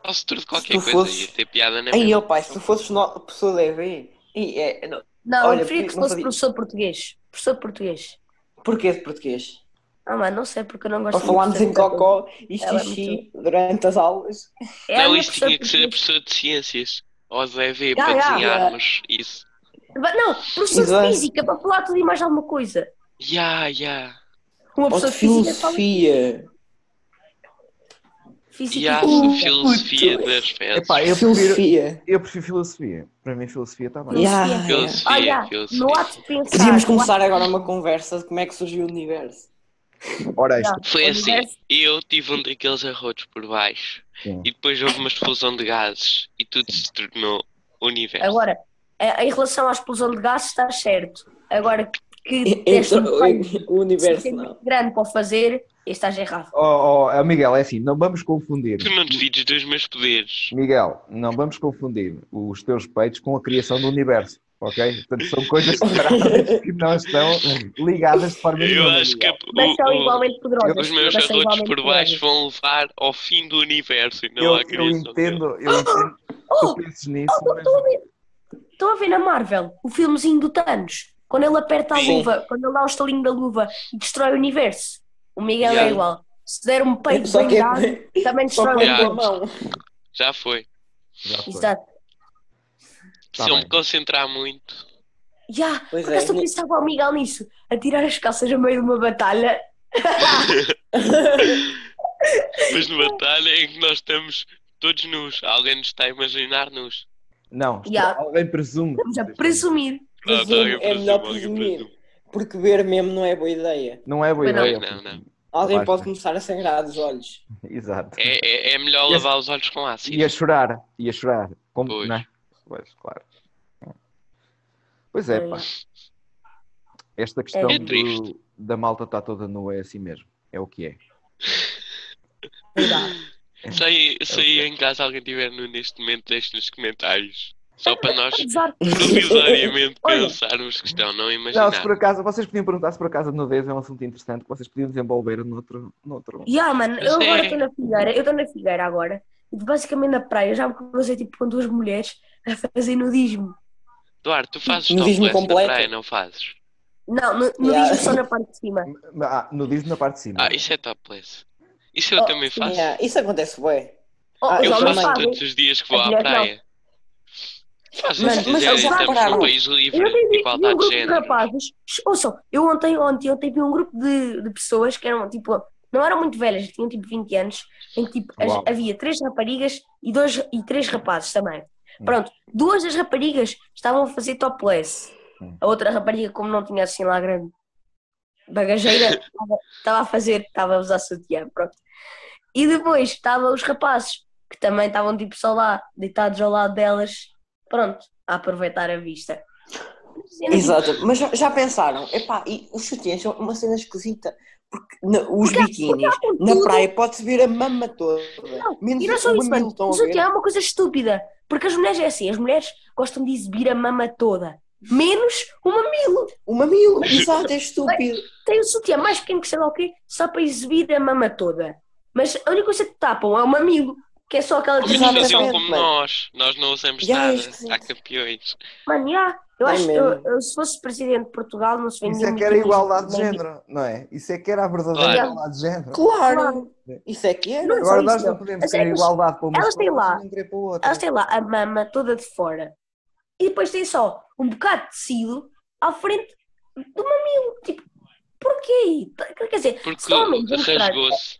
[SPEAKER 2] ou se tutor de
[SPEAKER 1] tu
[SPEAKER 2] qualquer coisa,
[SPEAKER 1] fosses-
[SPEAKER 2] ia ter piada na
[SPEAKER 1] Aí,
[SPEAKER 2] mesma.
[SPEAKER 1] ó pai, se tu fosses no... pessoa leve, e é... não-
[SPEAKER 3] Não,
[SPEAKER 1] Olha,
[SPEAKER 3] eu preferia que
[SPEAKER 1] não
[SPEAKER 3] fosse
[SPEAKER 1] sabia.
[SPEAKER 3] professor de português. Professor de português.
[SPEAKER 1] porquê de português?
[SPEAKER 3] Ah, mano, não sei porque eu não gosto
[SPEAKER 1] Para falarmos
[SPEAKER 3] professor
[SPEAKER 1] em
[SPEAKER 3] de português.
[SPEAKER 1] cocó e
[SPEAKER 3] Ela é
[SPEAKER 1] xixi durante as aulas.
[SPEAKER 3] É, a
[SPEAKER 2] não,
[SPEAKER 3] minha
[SPEAKER 2] isto
[SPEAKER 3] professora
[SPEAKER 2] tinha que ser
[SPEAKER 3] de
[SPEAKER 2] a professora de ciências. Ou da EVI,
[SPEAKER 3] Já,
[SPEAKER 2] para
[SPEAKER 3] já, já.
[SPEAKER 2] desenharmos isso.
[SPEAKER 3] Ba- Não, professor
[SPEAKER 1] Exato.
[SPEAKER 3] de física para falar tudo e mais alguma coisa.
[SPEAKER 2] Ya, ya.
[SPEAKER 3] Uma
[SPEAKER 1] Ou
[SPEAKER 3] pessoa
[SPEAKER 1] de
[SPEAKER 3] de física é fala
[SPEAKER 1] filosofia.
[SPEAKER 3] física
[SPEAKER 2] Ya,
[SPEAKER 3] e química.
[SPEAKER 2] filosofia das fezes.
[SPEAKER 1] é
[SPEAKER 4] Epá, eu prefiro,
[SPEAKER 1] Filosofia.
[SPEAKER 4] eu prefiro filosofia. Para mim, filosofia está bem.
[SPEAKER 3] Filosofia.
[SPEAKER 1] Yeah, yeah.
[SPEAKER 2] Filosofia,
[SPEAKER 3] Olha,
[SPEAKER 2] filosofia.
[SPEAKER 3] no ato de pensar.
[SPEAKER 1] Podíamos
[SPEAKER 3] no
[SPEAKER 1] começar agora uma conversa de como é que surgiu o universo.
[SPEAKER 4] Ora, isto.
[SPEAKER 2] Foi
[SPEAKER 3] O
[SPEAKER 2] assim,
[SPEAKER 3] universo-
[SPEAKER 2] eu tive um daqueles arrotos por baixo
[SPEAKER 4] Sim.
[SPEAKER 2] e depois houve uma explosão de gases e tudo se tornou universo.
[SPEAKER 3] Agora, eh, em relação à explosão de gases, está certo. Agora que teste
[SPEAKER 1] Entre
[SPEAKER 3] um feito
[SPEAKER 1] É, o universo, não.
[SPEAKER 3] suficientemente grande para o fazer, estás errado.
[SPEAKER 4] Oh, oh, Miguel, é assim, não vamos confundir.
[SPEAKER 2] Tu não devides dos meus poderes.
[SPEAKER 4] Miguel, não vamos confundir os teus peitos com a criação do universo, ok? Portanto, são coisas separadas que não estão ligadas de forma
[SPEAKER 2] Eu
[SPEAKER 4] nenhuma.
[SPEAKER 2] acho que
[SPEAKER 4] Miguel.
[SPEAKER 2] o-
[SPEAKER 3] Mas são
[SPEAKER 2] o-
[SPEAKER 3] igualmente poderosas.
[SPEAKER 2] os meus
[SPEAKER 3] mas são
[SPEAKER 2] arrotos
[SPEAKER 3] igualmente
[SPEAKER 2] por baixo
[SPEAKER 3] poderosas.
[SPEAKER 2] vão levar ao fim do universo e não
[SPEAKER 4] eu,
[SPEAKER 2] à
[SPEAKER 4] eu
[SPEAKER 2] criação. dele.
[SPEAKER 4] entendo, eu entendo que tu
[SPEAKER 3] Oh,
[SPEAKER 4] penses nisso,
[SPEAKER 3] oh,
[SPEAKER 4] mas
[SPEAKER 3] estou a ver. Estão a ver na Marvel o filmezinho do Thanos, quando ele aperta a
[SPEAKER 1] Sim.
[SPEAKER 3] luva, quando ele dá o estalinho da luva e destrói o universo. O Miguel
[SPEAKER 2] Yeah.
[SPEAKER 3] é igual. Se der um peito
[SPEAKER 1] Só que
[SPEAKER 3] bem dado,
[SPEAKER 1] é...
[SPEAKER 3] também
[SPEAKER 1] Só
[SPEAKER 3] destrói o
[SPEAKER 1] com
[SPEAKER 2] Yeah.
[SPEAKER 1] a
[SPEAKER 3] universo.
[SPEAKER 1] mão.
[SPEAKER 2] Já foi.
[SPEAKER 4] já foi.
[SPEAKER 3] Exato.
[SPEAKER 2] Se
[SPEAKER 4] Tá
[SPEAKER 2] eu
[SPEAKER 4] bem.
[SPEAKER 2] me concentrar muito.
[SPEAKER 3] Já, por
[SPEAKER 1] Pois é,
[SPEAKER 3] acaso eu
[SPEAKER 1] ni-
[SPEAKER 3] pensava ao Miguel nisso, a tirar as calças a meio de uma batalha.
[SPEAKER 2] Mas no batalha em que nós estamos todos nus. Alguém nos está a imaginar nus.
[SPEAKER 4] Não, estou-
[SPEAKER 3] Yeah.
[SPEAKER 4] alguém presume.
[SPEAKER 3] Estamos a presumir.
[SPEAKER 2] Pronto,
[SPEAKER 1] Presumo,
[SPEAKER 2] Ah, tá, eu
[SPEAKER 1] é
[SPEAKER 2] presumo,
[SPEAKER 1] melhor
[SPEAKER 2] eu
[SPEAKER 1] presumir.
[SPEAKER 2] presumo.
[SPEAKER 1] Porque ver mesmo não é boa ideia.
[SPEAKER 4] Não é boa
[SPEAKER 3] Pois não.
[SPEAKER 4] ideia.
[SPEAKER 2] Não, não.
[SPEAKER 1] Alguém
[SPEAKER 4] Basta.
[SPEAKER 1] pode começar a sangrar dos olhos.
[SPEAKER 4] Exato.
[SPEAKER 2] É, é- é melhor
[SPEAKER 4] Yes.
[SPEAKER 2] lavar os olhos com ácido.
[SPEAKER 4] Ia chorar, ia chorar. Como,
[SPEAKER 2] Pois.
[SPEAKER 4] não é? Pois, claro. Pois é, pá. Esta questão
[SPEAKER 3] É
[SPEAKER 2] triste.
[SPEAKER 4] do, da malta está toda nua é assim mesmo. É o que é.
[SPEAKER 3] Verdade.
[SPEAKER 2] Se aí, se aí
[SPEAKER 4] Ok.
[SPEAKER 2] em casa alguém tiver nu neste momento, deixe nos comentários. Só para nós
[SPEAKER 3] Exato.
[SPEAKER 2] provisoriamente
[SPEAKER 3] Olha.
[SPEAKER 2] pensarmos que estão, não
[SPEAKER 4] Não, se
[SPEAKER 2] imaginar.
[SPEAKER 4] por acaso, vocês podiam perguntar se por acaso a nudez é um assunto interessante que vocês podiam desenvolver noutro. noutro...
[SPEAKER 3] Yeah, mano, eu
[SPEAKER 2] Sim.
[SPEAKER 3] agora estou na Figueira, eu estou na Figueira agora, e basicamente na praia já me cruzei tipo com duas mulheres a fazer nudismo.
[SPEAKER 2] Duarte, tu fazes
[SPEAKER 1] Nudismo
[SPEAKER 2] topless na
[SPEAKER 1] completo.
[SPEAKER 2] praia, não fazes?
[SPEAKER 3] Não, nu- nudismo
[SPEAKER 1] Yeah.
[SPEAKER 3] só na parte de cima.
[SPEAKER 4] Ah, nudismo na parte de cima.
[SPEAKER 2] Ah, isso é topless. Isso eu
[SPEAKER 3] Oh,
[SPEAKER 2] também faço.
[SPEAKER 1] Yeah, Isso acontece, ué.
[SPEAKER 3] Oh,
[SPEAKER 1] Ah,
[SPEAKER 3] os
[SPEAKER 2] Eu
[SPEAKER 1] já
[SPEAKER 3] homens
[SPEAKER 1] não
[SPEAKER 2] faço
[SPEAKER 1] fazem.
[SPEAKER 3] sabem.
[SPEAKER 2] todos os dias que vou
[SPEAKER 3] As
[SPEAKER 2] à
[SPEAKER 3] mulheres não.
[SPEAKER 2] praia. Fazem
[SPEAKER 1] Mas- mas
[SPEAKER 2] se quiserem,
[SPEAKER 1] eles já
[SPEAKER 2] estamos num
[SPEAKER 1] pararam.
[SPEAKER 2] país
[SPEAKER 3] Eu
[SPEAKER 2] livre
[SPEAKER 3] ontem
[SPEAKER 2] de
[SPEAKER 3] vi vi
[SPEAKER 2] igualdade
[SPEAKER 3] um
[SPEAKER 2] tipo, tá de
[SPEAKER 3] grupo de
[SPEAKER 2] género.
[SPEAKER 3] rapazes. Ouçam, eu ontem, ontem, ontem vi um grupo de, de pessoas que eram tipo, não eram muito velhas, tinham tipo 20 anos, em que tipo, as-
[SPEAKER 4] Uau.
[SPEAKER 3] havia três raparigas e, dois, e três rapazes também.
[SPEAKER 4] Hum.
[SPEAKER 3] Pronto, duas das raparigas estavam a fazer topless.
[SPEAKER 4] Hum.
[SPEAKER 3] A outra rapariga, como não tinha assim lá grande bagageira, estava- estava a fazer, estava a usar sutiã, pronto. E depois estavam os rapazes, que também estavam tipo só lá, deitados ao lado delas, pronto, a aproveitar a vista.
[SPEAKER 1] Exato. Mas já, já pensaram? Epá, e os sutiãs são uma cena esquisita. Porque na- os
[SPEAKER 3] é
[SPEAKER 1] biquínis, na praia, pode-se ver a mama toda.
[SPEAKER 3] Não,
[SPEAKER 1] menos
[SPEAKER 3] E não
[SPEAKER 1] o
[SPEAKER 3] só isso,
[SPEAKER 1] mamilo,
[SPEAKER 3] mano.
[SPEAKER 1] estão a
[SPEAKER 3] O sutiã
[SPEAKER 1] ver?
[SPEAKER 3] é uma coisa estúpida. Porque as mulheres é assim, as mulheres gostam de exibir a mama toda. Menos o mamilo.
[SPEAKER 1] O mamilo, exato, é estúpido.
[SPEAKER 3] Tem o sutiã mais pequeno que sei lá o quê, só para exibir a mama toda. Mas a única coisa que tapam é o mamilo, que é só aquela
[SPEAKER 2] Como eles
[SPEAKER 1] Exatamente,
[SPEAKER 2] faziam
[SPEAKER 3] desinfecção.
[SPEAKER 2] como
[SPEAKER 1] mano.
[SPEAKER 2] nós. Nós não usamos
[SPEAKER 1] Já é
[SPEAKER 2] nada.
[SPEAKER 1] esquisito.
[SPEAKER 2] Há campeões.
[SPEAKER 3] Mano, já, eu
[SPEAKER 1] É
[SPEAKER 3] acho que
[SPEAKER 1] mesmo.
[SPEAKER 3] eu- eu, se fosse presidente de Portugal não se vendia
[SPEAKER 4] Isso é
[SPEAKER 3] muito
[SPEAKER 4] que era
[SPEAKER 3] isso.
[SPEAKER 4] igualdade de género, não é? Isso é que era a verdadeira
[SPEAKER 2] Claro.
[SPEAKER 4] igualdade de género.
[SPEAKER 1] Claro. Isso é que é.
[SPEAKER 3] Não,
[SPEAKER 4] Agora
[SPEAKER 3] só
[SPEAKER 4] nós
[SPEAKER 3] isso,
[SPEAKER 4] não
[SPEAKER 3] não.
[SPEAKER 4] podemos
[SPEAKER 3] As
[SPEAKER 4] ter
[SPEAKER 3] regras-
[SPEAKER 4] igualdade para uma
[SPEAKER 3] elas têm lá-
[SPEAKER 4] não querer para outra.
[SPEAKER 3] Elas têm lá a mama toda de fora e depois têm só um bocado de tecido à frente do mamilo. Tipo, porquê? Quer dizer, se
[SPEAKER 2] Porque
[SPEAKER 3] ao menos mostrar-
[SPEAKER 2] rasgou-se.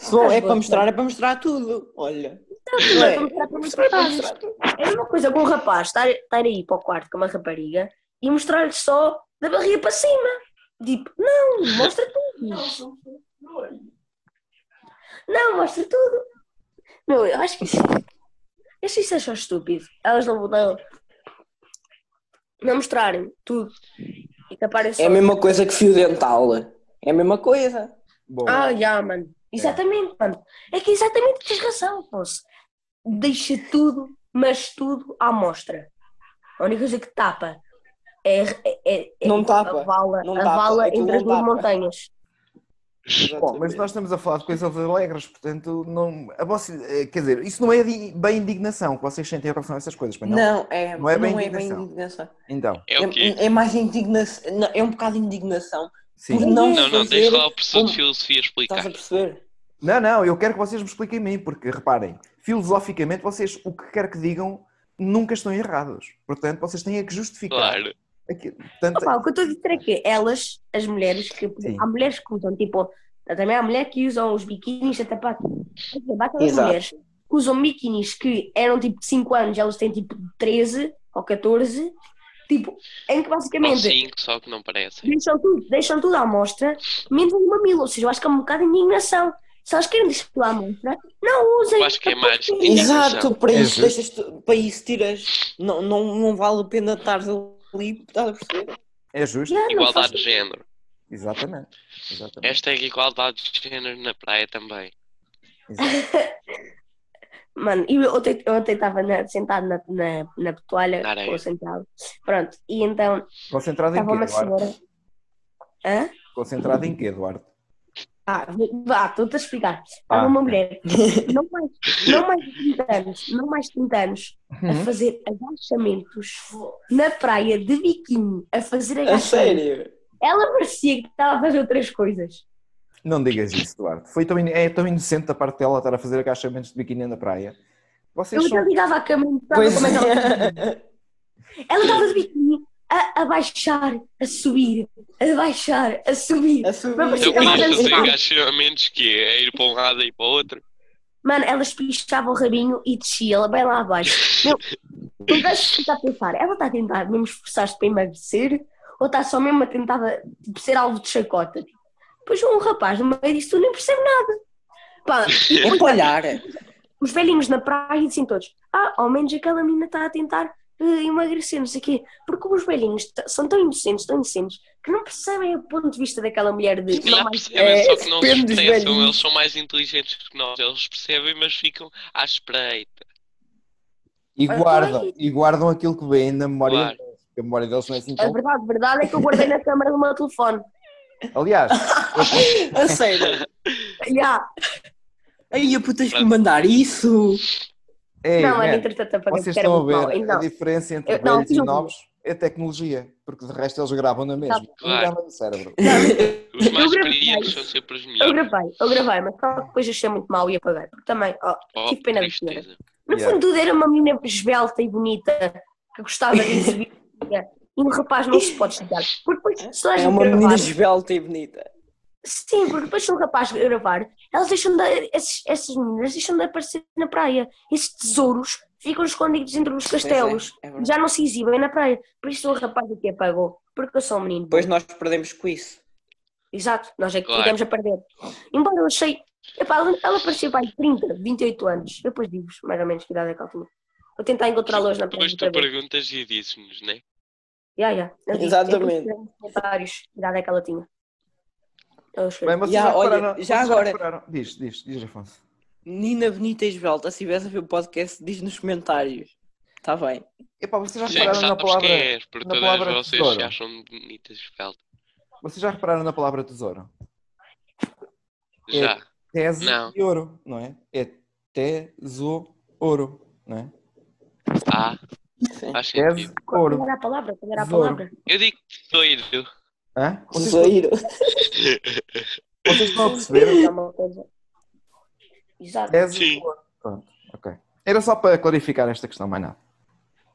[SPEAKER 1] Só é para mostrar, é para mostrar tudo. Olha.
[SPEAKER 3] Não é?
[SPEAKER 1] Não é?
[SPEAKER 3] Para mostrar
[SPEAKER 1] Mostrar,
[SPEAKER 3] para
[SPEAKER 1] para
[SPEAKER 3] mostrar.
[SPEAKER 1] mostrar tudo.
[SPEAKER 3] É a mesma coisa com um rapaz estar, estar aí para o quarto com uma rapariga e mostrar-lhe só da barriga para cima. Tipo, não, mostra tudo. Não, mostra tudo. Meu, eu acho que isso. Eu acho isso é só estúpido. Elas não vão não mostrarem tudo e taparem só.
[SPEAKER 1] É a mesma coisa que fio dental. É a mesma coisa.
[SPEAKER 4] Bom,
[SPEAKER 3] Ah, já, mano. Exatamente, mano. É que exatamente tens razão, Afonso. Deixa tudo, mas tudo à mostra. A única coisa que tapa é, é- é- é
[SPEAKER 1] Não tapa.
[SPEAKER 3] a vala,
[SPEAKER 1] Não
[SPEAKER 3] a
[SPEAKER 1] tapa.
[SPEAKER 3] vala
[SPEAKER 1] Aquilo
[SPEAKER 3] entre as
[SPEAKER 1] não
[SPEAKER 3] duas
[SPEAKER 1] tapa.
[SPEAKER 3] montanhas.
[SPEAKER 4] bom, mas nós estamos a falar de coisas alegres, portanto, não, a vossa, eh, quer dizer, isso não é di- bem indignação que vocês sentem em relação a essas coisas, pois não?
[SPEAKER 1] Não, é,
[SPEAKER 4] Não é bem
[SPEAKER 1] não é bem
[SPEAKER 4] indignação.
[SPEAKER 1] indignação.
[SPEAKER 4] Então,
[SPEAKER 2] É o quê?
[SPEAKER 1] É, é mais indignação. não, É um bocado de indignação.
[SPEAKER 4] sim.
[SPEAKER 1] Por não,
[SPEAKER 2] Não, não,
[SPEAKER 1] fazer...
[SPEAKER 2] deixa lá o professor de
[SPEAKER 1] como-
[SPEAKER 2] filosofia
[SPEAKER 1] Estás a
[SPEAKER 2] explicar.
[SPEAKER 1] perceber?
[SPEAKER 4] Não, não, eu quero que vocês me expliquem a mim, porque reparem, filosoficamente vocês, o que quer que digam, nunca estão errados. Portanto, vocês têm é que justificar.
[SPEAKER 2] Claro.
[SPEAKER 4] aquilo. Portanto,
[SPEAKER 3] Opa, o que eu estou a dizer é que elas, as mulheres, que
[SPEAKER 4] Sim.
[SPEAKER 3] há mulheres que usam, tipo, também há mulheres que usam os biquinis a tapar tudo. Por exemplo, há aquelas
[SPEAKER 1] Exato.
[SPEAKER 3] mulheres que usam biquinis que eram tipo de 5 anos, elas têm tipo 13 ou 14, tipo, em que
[SPEAKER 2] Ou
[SPEAKER 3] basicamente.
[SPEAKER 2] cinco, só que não parecem.
[SPEAKER 3] Deixam tudo, deixam tudo à mostra, menos o mamilo. Ou seja, eu acho que é um bocado de indignação. Se elas querem deixar tudo à mostra, não usem.
[SPEAKER 2] Eu acho que é mais indignação.
[SPEAKER 1] Exato, para
[SPEAKER 4] É
[SPEAKER 1] isso,
[SPEAKER 4] justo.
[SPEAKER 1] deixas tu- para isso tiras. Não, não, não vale a pena estar ali. Estás a perceber?
[SPEAKER 4] é justo.
[SPEAKER 3] Já, não
[SPEAKER 2] Igualdade
[SPEAKER 3] faço-
[SPEAKER 2] de género.
[SPEAKER 4] Exatamente. Exatamente.
[SPEAKER 2] Hashtag igualdade de género na praia também.
[SPEAKER 4] Exato.
[SPEAKER 3] Mano, e eu ontem eu ontem estava na- sentado na, na, na toalha
[SPEAKER 2] Na areia.
[SPEAKER 3] com o Santiago. Pronto, e então
[SPEAKER 4] Concentrado em
[SPEAKER 3] estava uma
[SPEAKER 4] quê, Duarte?
[SPEAKER 3] senhora. Hã?
[SPEAKER 4] Concentrado em quê, Duarte?
[SPEAKER 3] Ah, vou- vá, estou-te a explicar. Estava
[SPEAKER 4] Ah,
[SPEAKER 3] uma mulher, não mais, não mais de 30 anos, não mais de 30 anos, a fazer agachamentos na praia de biquíni, a fazer
[SPEAKER 1] A
[SPEAKER 3] agachamentos.
[SPEAKER 1] sério.
[SPEAKER 3] Ela parecia que estava a fazer outras coisas.
[SPEAKER 4] Não digas isso, Duarte. Foi tão in- É tão inocente da parte dela estar a fazer agachamentos de biquíni na praia. Vocês
[SPEAKER 3] Eu
[SPEAKER 4] são...
[SPEAKER 3] até ligava à câmera e mostrava
[SPEAKER 1] Pois
[SPEAKER 3] como é que ela
[SPEAKER 1] é.
[SPEAKER 3] Ela estava de biquíni a, a baixar, a subir, a baixar, a subir.
[SPEAKER 1] A subir.
[SPEAKER 3] Mas
[SPEAKER 2] Então, Eu
[SPEAKER 3] Eu não
[SPEAKER 2] queria
[SPEAKER 3] sei
[SPEAKER 2] fazer
[SPEAKER 3] falar.
[SPEAKER 2] é agachamentos que é ir para um lado e para o outro.
[SPEAKER 3] Mano, elas pichavam o rabinho e descia ela bem lá abaixo. Meu, um gajo fica a pensar, ela está a tentar mesmo esforçar-se para emagrecer ou está só mesmo a tentar tipo, ser alvo de chacota? Tipo. Depois um rapaz no meio disso tu nem percebe nada. Pá, e
[SPEAKER 1] É
[SPEAKER 3] depois
[SPEAKER 1] palhar.
[SPEAKER 3] os velhinhos na praia dizem todos, ah, ao menos aquela menina está a tentar eh, emagrecer, não sei o quê. Porque os velhinhos t- são tão inocentes, tão inocentes, que não percebem o ponto de vista daquela mulher de...
[SPEAKER 2] Se calhar
[SPEAKER 3] "Não, mas
[SPEAKER 2] percebem,
[SPEAKER 5] é,
[SPEAKER 2] só que não se
[SPEAKER 5] depende dos
[SPEAKER 2] expressam.
[SPEAKER 5] velhinhos.
[SPEAKER 2] Eles são mais inteligentes que nós. Eles percebem, mas ficam à espreita.
[SPEAKER 4] E
[SPEAKER 3] Olha,
[SPEAKER 4] guardam,
[SPEAKER 3] olha.
[SPEAKER 4] e guardam aquilo que vêem na memória
[SPEAKER 2] Claro.
[SPEAKER 4] deles, porque a memória deles não é assim
[SPEAKER 3] A
[SPEAKER 4] tão...
[SPEAKER 3] verdade, a verdade é que eu guardei na câmara do meu telefone.
[SPEAKER 4] Aliás,
[SPEAKER 1] A sério.
[SPEAKER 3] Yeah.
[SPEAKER 1] Aí, eu tens que me mandar isso.
[SPEAKER 4] ei,
[SPEAKER 3] não, é
[SPEAKER 4] man,
[SPEAKER 3] era entretanto apagando,
[SPEAKER 4] vocês
[SPEAKER 3] porque era
[SPEAKER 4] estão a
[SPEAKER 3] muito
[SPEAKER 4] ver
[SPEAKER 3] mal.
[SPEAKER 4] a
[SPEAKER 3] Então,
[SPEAKER 4] diferença entre
[SPEAKER 3] Eu- não,
[SPEAKER 4] velhos e
[SPEAKER 3] fiz um
[SPEAKER 4] novos é tecnologia, porque de resto eles gravam na
[SPEAKER 3] Tá
[SPEAKER 4] mesma. Não
[SPEAKER 2] Claro.
[SPEAKER 4] gravam no cérebro.
[SPEAKER 2] Os mais
[SPEAKER 3] gravei
[SPEAKER 2] experientes
[SPEAKER 3] isso.
[SPEAKER 2] são sempre os
[SPEAKER 3] eu
[SPEAKER 2] melhores.
[SPEAKER 3] gravei, eu gravei, mas só que depois achei muito mal e apaguei. Porque também, ó,
[SPEAKER 2] Oh,
[SPEAKER 3] Tive pena da
[SPEAKER 2] tristeza.
[SPEAKER 3] no
[SPEAKER 4] Yeah.
[SPEAKER 3] fundo tudo era uma menina esbelta e bonita que gostava de exibir. e um rapaz não se pode chegar. Porque depois, se elas
[SPEAKER 1] É uma
[SPEAKER 3] gravar,
[SPEAKER 1] menina esbelta e bonita.
[SPEAKER 3] Sim, porque depois se um rapaz gravar, elas deixam de, esses, essas meninas deixam de aparecer na praia. Esses tesouros ficam escondidos entre os castelos.
[SPEAKER 1] Pois é, é verdade.
[SPEAKER 3] Já não se exibem na praia. Por isso o rapaz aqui apagou. Porque eu sou um menino.
[SPEAKER 1] Depois nós perdemos com isso.
[SPEAKER 3] Exato, nós é que
[SPEAKER 2] Claro.
[SPEAKER 3] ficamos a perder. Embora eu achei. Epá, ela, ela parecia pai de 30, 28 anos. Eu depois digo-vos mais ou menos que idade é que ela tinha. Vou tentar encontrá-la hoje na
[SPEAKER 2] Depois
[SPEAKER 3] praia.
[SPEAKER 2] tu perguntas e dizes-nos, né?
[SPEAKER 3] Yeah, yeah. Eu digo, é
[SPEAKER 1] Exatamente.
[SPEAKER 3] eu tenho comentários, que idade um- é que ela tinha. Eu chorei.
[SPEAKER 4] Bem, vocês
[SPEAKER 1] Já,
[SPEAKER 4] já,
[SPEAKER 1] olha,
[SPEAKER 4] repararam-
[SPEAKER 1] já
[SPEAKER 4] vocês
[SPEAKER 1] agora-
[SPEAKER 4] repararam- Diz, diz, diz, Afonso.
[SPEAKER 1] Menina bonita e esbelta, se tivesse a ver o podcast, diz nos comentários. Está bem.
[SPEAKER 4] Epá, vocês
[SPEAKER 2] Já
[SPEAKER 4] já
[SPEAKER 2] é que
[SPEAKER 4] repararam na
[SPEAKER 2] sabes
[SPEAKER 4] palavra...
[SPEAKER 2] quem és, porque
[SPEAKER 4] na
[SPEAKER 2] todas
[SPEAKER 4] palavra
[SPEAKER 2] vocês
[SPEAKER 4] tesouro.
[SPEAKER 2] se acham bonitas e esbeltas.
[SPEAKER 4] Vocês já repararam na palavra tesouro? É.
[SPEAKER 2] Já.
[SPEAKER 4] Tese
[SPEAKER 2] Não.
[SPEAKER 4] e ouro, não é? É tesouro, não é?
[SPEAKER 2] Ah, faz
[SPEAKER 4] Tese,
[SPEAKER 2] sentido.
[SPEAKER 3] Qual
[SPEAKER 4] ouro.
[SPEAKER 3] era a palavra? Qual era a
[SPEAKER 4] Tesouro.
[SPEAKER 3] palavra?
[SPEAKER 2] Eu digo doido.
[SPEAKER 4] Hã? Vocês,
[SPEAKER 1] Zairo.
[SPEAKER 4] vocês estão a perceber?
[SPEAKER 3] É uma coisa. Exato.
[SPEAKER 1] É.
[SPEAKER 4] Tese
[SPEAKER 2] Sim.
[SPEAKER 4] e ouro. Pronto, ok. Era só para clarificar esta questão, mais nada.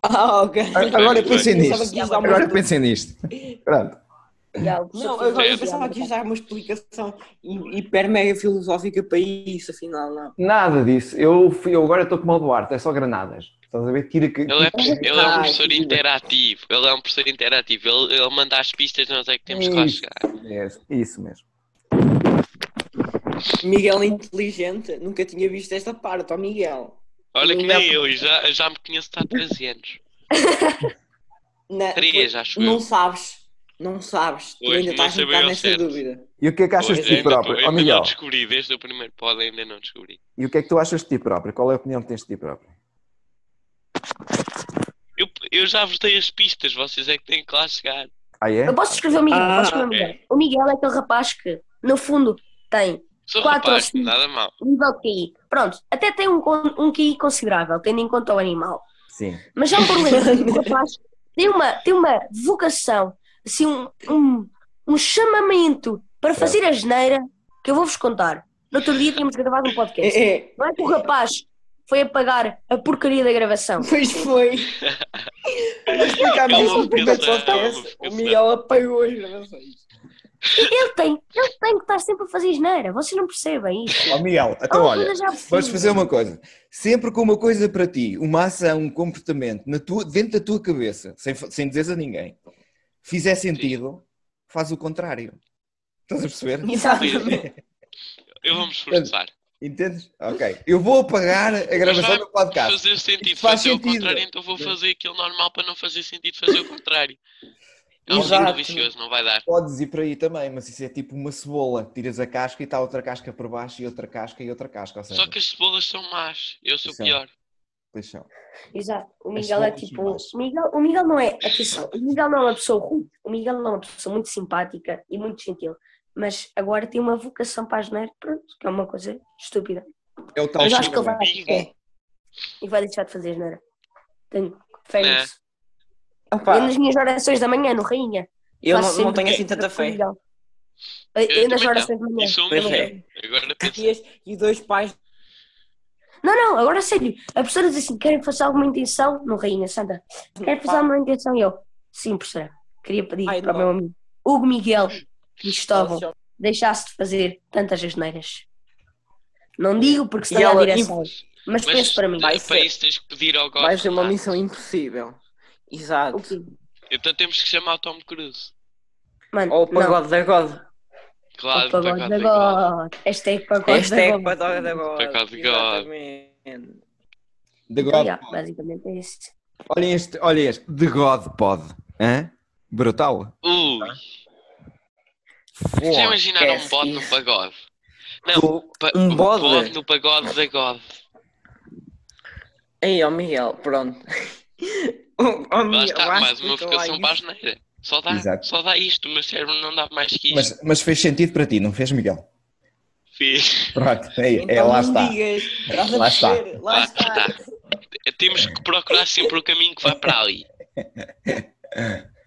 [SPEAKER 1] Ah, ok.
[SPEAKER 4] A- Agora
[SPEAKER 2] bem,
[SPEAKER 4] pensem
[SPEAKER 1] bem. Pensava
[SPEAKER 4] nisto.
[SPEAKER 1] que ias dar uma-
[SPEAKER 4] Agora pensem nisto. Pronto.
[SPEAKER 3] Yeah, o
[SPEAKER 1] Não,
[SPEAKER 3] professor
[SPEAKER 2] é
[SPEAKER 1] agora eu
[SPEAKER 3] fez-
[SPEAKER 1] pensava que ia dar uma explicação hi- hiper mega filosófica para isso, afinal, não.
[SPEAKER 4] Nada disso. Eu, fui, eu agora estou com mal do arte, é só granadas. Estás a ver? Tira que.
[SPEAKER 2] Ele é, ele é um
[SPEAKER 1] Ai,
[SPEAKER 2] professor
[SPEAKER 1] que vida.
[SPEAKER 2] interativo. Ele é um professor interativo. Ele, ele manda as pistas, nós é que temos que lá
[SPEAKER 4] Isso.
[SPEAKER 2] chegar.
[SPEAKER 4] É, isso mesmo.
[SPEAKER 1] Miguel é inteligente, nunca tinha visto esta parte, ó Miguel.
[SPEAKER 2] Olha que
[SPEAKER 3] Miguel-
[SPEAKER 2] nem eu, e já, já me conheço há 13 anos.
[SPEAKER 1] Na-
[SPEAKER 2] 3, acho
[SPEAKER 1] É, não
[SPEAKER 2] eu.
[SPEAKER 1] sabes, não sabes, tu
[SPEAKER 2] Pois,
[SPEAKER 1] ainda
[SPEAKER 2] não
[SPEAKER 1] estás a
[SPEAKER 2] sabia
[SPEAKER 1] entrar
[SPEAKER 2] ao
[SPEAKER 1] nessa
[SPEAKER 2] certo.
[SPEAKER 1] dúvida.
[SPEAKER 4] E o que é que achas
[SPEAKER 2] Pois,
[SPEAKER 4] de ti
[SPEAKER 2] ainda não-
[SPEAKER 4] próprio? Ó
[SPEAKER 2] ainda
[SPEAKER 4] Miguel,
[SPEAKER 2] não descobri, desde o primeiro pod ainda não descobri.
[SPEAKER 4] e o que é que tu achas de ti próprio? Qual é a opinião que tens de ti próprio?
[SPEAKER 2] Eu, eu já vos dei as pistas, vocês é que têm que lá chegar.
[SPEAKER 4] Ah, é?
[SPEAKER 3] Eu posso escrever o Miguel,
[SPEAKER 1] Ah,
[SPEAKER 3] posso escrever o Miguel. O Miguel é aquele rapaz que, no fundo, tem
[SPEAKER 2] Sou
[SPEAKER 3] Quatro
[SPEAKER 2] rapaz,
[SPEAKER 3] ou cinco.
[SPEAKER 2] nada mal.
[SPEAKER 3] nível de QI. Pronto, até tem um, con- um QI considerável, tendo em conta o animal.
[SPEAKER 4] Sim.
[SPEAKER 3] Mas é um problema. o rapaz tem uma, tem uma vocação, assim, um, um, um chamamento para fazer a geneira que eu vou-vos contar. No outro dia tínhamos gravado um podcast.
[SPEAKER 1] É, é,
[SPEAKER 3] Não é que o rapaz foi apagar a porcaria da gravação.
[SPEAKER 1] pois foi. Nós explicámos
[SPEAKER 2] Calma,
[SPEAKER 1] isso no primeiro
[SPEAKER 2] fica certo, calma,
[SPEAKER 1] podcast,
[SPEAKER 2] fica
[SPEAKER 1] o Miguel apagou as gravações.
[SPEAKER 3] Ele tem, ele tem que estar sempre a fazer geneira. Vocês não percebem isso.
[SPEAKER 4] Ó Miguel,
[SPEAKER 3] Há
[SPEAKER 4] então
[SPEAKER 3] uma
[SPEAKER 4] olha,
[SPEAKER 3] coisa já
[SPEAKER 4] vamos
[SPEAKER 3] possível.
[SPEAKER 4] fazer uma coisa. Sempre que uma coisa para ti, uma ação, um comportamento na tua, dentro da tua cabeça, sem, fa- sem dizeres a ninguém, fizer sentido, faz o contrário. Estás a perceber?
[SPEAKER 1] Exatamente.
[SPEAKER 2] Eu vou-me esforçar.
[SPEAKER 4] Entendes? Ok. Eu vou apagar a gravação
[SPEAKER 2] vai
[SPEAKER 4] do podcast.
[SPEAKER 2] Fazer sentido,
[SPEAKER 4] Isto faz
[SPEAKER 2] fazer
[SPEAKER 4] sentido.
[SPEAKER 2] o contrário, então vou fazer aquilo normal para não fazer sentido fazer o contrário. É um
[SPEAKER 1] Exato.
[SPEAKER 2] ciclo vicioso, não vai dar.
[SPEAKER 4] Podes ir para aí também, mas isso é tipo uma cebola. Tiras a casca e está outra casca por baixo e outra casca e outra casca. Ou seja,
[SPEAKER 2] Só que as cebolas são más, eu sou
[SPEAKER 4] Isso é.
[SPEAKER 2] pior.
[SPEAKER 4] lixão.
[SPEAKER 3] Exato. O
[SPEAKER 4] Mas
[SPEAKER 3] Miguel é
[SPEAKER 4] são
[SPEAKER 3] tipo.
[SPEAKER 4] animais.
[SPEAKER 3] O Miguel, o Miguel não é. Atenção, o Miguel não é uma pessoa ruim. O Miguel não é uma pessoa muito simpática e muito gentil. Mas agora tem uma vocação para a geneira, pronto, que é uma coisa estúpida.
[SPEAKER 4] É o tal
[SPEAKER 3] Mas acho que ele
[SPEAKER 4] chamamento.
[SPEAKER 3] vai. É. E vai deixar de fazer geneira. Tenho fé
[SPEAKER 2] Né?
[SPEAKER 3] nisso.
[SPEAKER 1] Opa,
[SPEAKER 3] E nas minhas orações da manhã, no Rainha.
[SPEAKER 1] eu não,
[SPEAKER 3] faço
[SPEAKER 1] não
[SPEAKER 3] sempre
[SPEAKER 1] tenho assim tanta
[SPEAKER 3] com o
[SPEAKER 1] fé.
[SPEAKER 3] Miguel. Eu, eu nas
[SPEAKER 2] também não.
[SPEAKER 3] orações da manhã.
[SPEAKER 2] E sou um
[SPEAKER 1] Pois
[SPEAKER 2] menino.
[SPEAKER 1] é.
[SPEAKER 2] Agora pensa.
[SPEAKER 1] Dias E dois pais.
[SPEAKER 3] Não, não, agora a sério. A professora diz assim: querem fazer alguma intenção? No Rainha Santa. Querem fazer alguma intenção? E eu, sim, professora. Queria pedir
[SPEAKER 1] Ai,
[SPEAKER 3] para o
[SPEAKER 1] não.
[SPEAKER 3] meu amigo
[SPEAKER 1] Tá
[SPEAKER 3] Hugo Miguel Cristóvão deixasse de fazer tantas asneiras. Não digo porque
[SPEAKER 1] E
[SPEAKER 3] está na
[SPEAKER 1] ela-
[SPEAKER 3] direção, mas
[SPEAKER 1] é
[SPEAKER 2] Mas eh,
[SPEAKER 3] penso para mim.
[SPEAKER 2] para
[SPEAKER 1] vai ser.
[SPEAKER 2] isso tens que pedir ao
[SPEAKER 1] Vai ser
[SPEAKER 2] Gosto.
[SPEAKER 1] uma missão impossível. Exato.
[SPEAKER 3] O quê?
[SPEAKER 2] Então temos que chamar o Tom Cruise.
[SPEAKER 3] Mano,
[SPEAKER 1] Ou o
[SPEAKER 3] não.
[SPEAKER 1] pagode da God.
[SPEAKER 2] Claro, um
[SPEAKER 3] O pagode da God. Hashtag pagode
[SPEAKER 1] Esta é
[SPEAKER 3] da
[SPEAKER 1] a
[SPEAKER 3] God.
[SPEAKER 1] pagode da God.
[SPEAKER 2] Pagode da God.
[SPEAKER 1] Exatamente.
[SPEAKER 6] The
[SPEAKER 3] Então,
[SPEAKER 6] God
[SPEAKER 3] já,
[SPEAKER 6] Pod.
[SPEAKER 3] basicamente é isso.
[SPEAKER 6] Olhem este, olhem este. The God Pod. Hã? Brutal.
[SPEAKER 2] Ui,
[SPEAKER 6] Foda.
[SPEAKER 2] já imaginaram um
[SPEAKER 1] esquece
[SPEAKER 2] bode no
[SPEAKER 1] isso.
[SPEAKER 2] pagode? Não,
[SPEAKER 6] Tu-
[SPEAKER 2] pa-
[SPEAKER 1] um
[SPEAKER 2] um
[SPEAKER 1] bode?
[SPEAKER 2] bode no pagode da God.
[SPEAKER 1] Aí, ó Miguel, pronto. Ó, Miguel,
[SPEAKER 2] Lá está,
[SPEAKER 1] eu acho
[SPEAKER 2] mais
[SPEAKER 1] que
[SPEAKER 2] uma
[SPEAKER 1] tu
[SPEAKER 2] vocação
[SPEAKER 1] vais-
[SPEAKER 2] para a asneira. Só dá,
[SPEAKER 4] Exato.
[SPEAKER 2] só dá isto, o meu cérebro não dá mais que isto.
[SPEAKER 4] Mas, mas fez sentido para ti, não fez, Miguel?
[SPEAKER 2] Fiz.
[SPEAKER 4] Pronto, é, é,
[SPEAKER 1] Então
[SPEAKER 4] lá
[SPEAKER 1] não
[SPEAKER 4] está.
[SPEAKER 1] digas, estás a
[SPEAKER 4] Lá está.
[SPEAKER 1] mexer, Lá
[SPEAKER 2] Lá
[SPEAKER 1] está.
[SPEAKER 2] É, Temos que procurar sempre o caminho que vai para ali.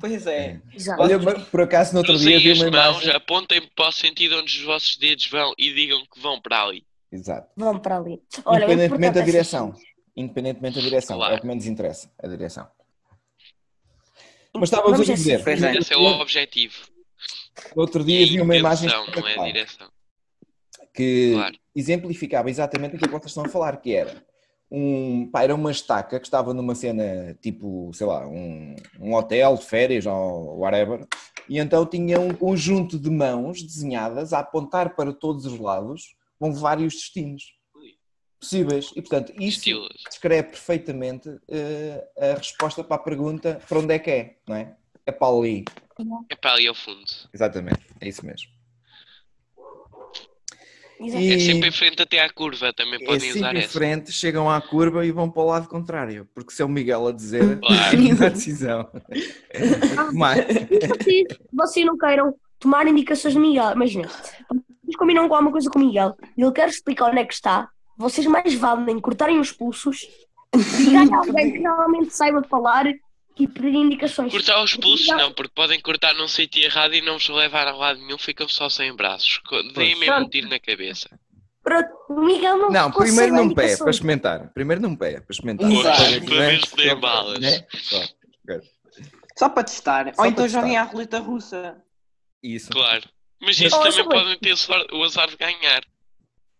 [SPEAKER 1] Pois é.
[SPEAKER 3] Já.
[SPEAKER 4] Olha, mas por acaso no outro dia
[SPEAKER 2] Cruzem
[SPEAKER 4] vi
[SPEAKER 2] as
[SPEAKER 4] uma
[SPEAKER 2] mãos,
[SPEAKER 4] imagem.
[SPEAKER 2] apontem para o sentido onde os vossos dedos vão e digam que vão para ali.
[SPEAKER 4] Exato.
[SPEAKER 3] Vão para ali. Olha, o
[SPEAKER 4] Independentemente
[SPEAKER 3] importante
[SPEAKER 4] da
[SPEAKER 3] é ser
[SPEAKER 4] direção. Independentemente da direção.
[SPEAKER 2] Claro.
[SPEAKER 4] É o que menos interessa, a direção. Mas estávamos a
[SPEAKER 3] Vamos a
[SPEAKER 4] dizer,
[SPEAKER 1] Pois é.
[SPEAKER 2] Esse é o objetivo.
[SPEAKER 4] no outro
[SPEAKER 2] É
[SPEAKER 4] dia vi uma
[SPEAKER 2] a
[SPEAKER 4] imagem
[SPEAKER 2] intenção, não é a
[SPEAKER 4] espetacular
[SPEAKER 2] direção.
[SPEAKER 4] que
[SPEAKER 2] Claro.
[SPEAKER 4] exemplificava exatamente o que vocês estão a falar, que era um, pá, era uma estaca que estava numa cena tipo, sei lá, um, um hotel de férias ou whatever, e então tinha um conjunto de mãos desenhadas a apontar para todos os lados com vários destinos possíveis. E portanto, isto
[SPEAKER 2] Estilos.
[SPEAKER 4] descreve perfeitamente eh, a resposta para a pergunta para onde é que é, não é? É para ali.
[SPEAKER 2] É para ali ao fundo.
[SPEAKER 4] Exatamente, é isso mesmo.
[SPEAKER 3] Exato.
[SPEAKER 2] É
[SPEAKER 4] E-
[SPEAKER 2] sempre em frente até à curva, também
[SPEAKER 4] É
[SPEAKER 2] podem usar
[SPEAKER 4] sempre em
[SPEAKER 2] essa.
[SPEAKER 4] frente, chegam à curva e vão para o lado contrário, porque se é o Miguel a dizer,
[SPEAKER 2] Claro.
[SPEAKER 4] é a decisão.
[SPEAKER 3] Ah,
[SPEAKER 4] Mas,
[SPEAKER 3] E vocês, vocês não queiram tomar indicações de Miguel, imagina, vocês combinam com alguma coisa com o Miguel e ele quer explicar onde é que está, vocês mais valem cortarem os pulsos e ganhar alguém que realmente saiba falar e pedir indicações.
[SPEAKER 2] Cortar os pulsos
[SPEAKER 3] Não.
[SPEAKER 2] não, porque podem cortar num sítio errado e não vos levar a lado nenhum, ficam só sem braços. Co- Deem mesmo um tiro na cabeça.
[SPEAKER 3] Pronto, o Miguel não
[SPEAKER 4] não,
[SPEAKER 3] consegue
[SPEAKER 4] primeiro
[SPEAKER 3] dar
[SPEAKER 4] num pé, para
[SPEAKER 3] indicações.
[SPEAKER 4] experimentar. Primeiro num pé, para experimentar.
[SPEAKER 1] Exato.
[SPEAKER 4] Para
[SPEAKER 2] Para ver se tem balas.
[SPEAKER 4] Né? Só.
[SPEAKER 1] Só para testar.
[SPEAKER 4] Só
[SPEAKER 1] Ou
[SPEAKER 4] para
[SPEAKER 1] então
[SPEAKER 4] testar.
[SPEAKER 1] joguem à roleta russa.
[SPEAKER 4] Isso.
[SPEAKER 2] Claro. Mas isso
[SPEAKER 3] Oh,
[SPEAKER 2] também
[SPEAKER 3] Samuel.
[SPEAKER 2] podem ter sor- o azar de ganhar.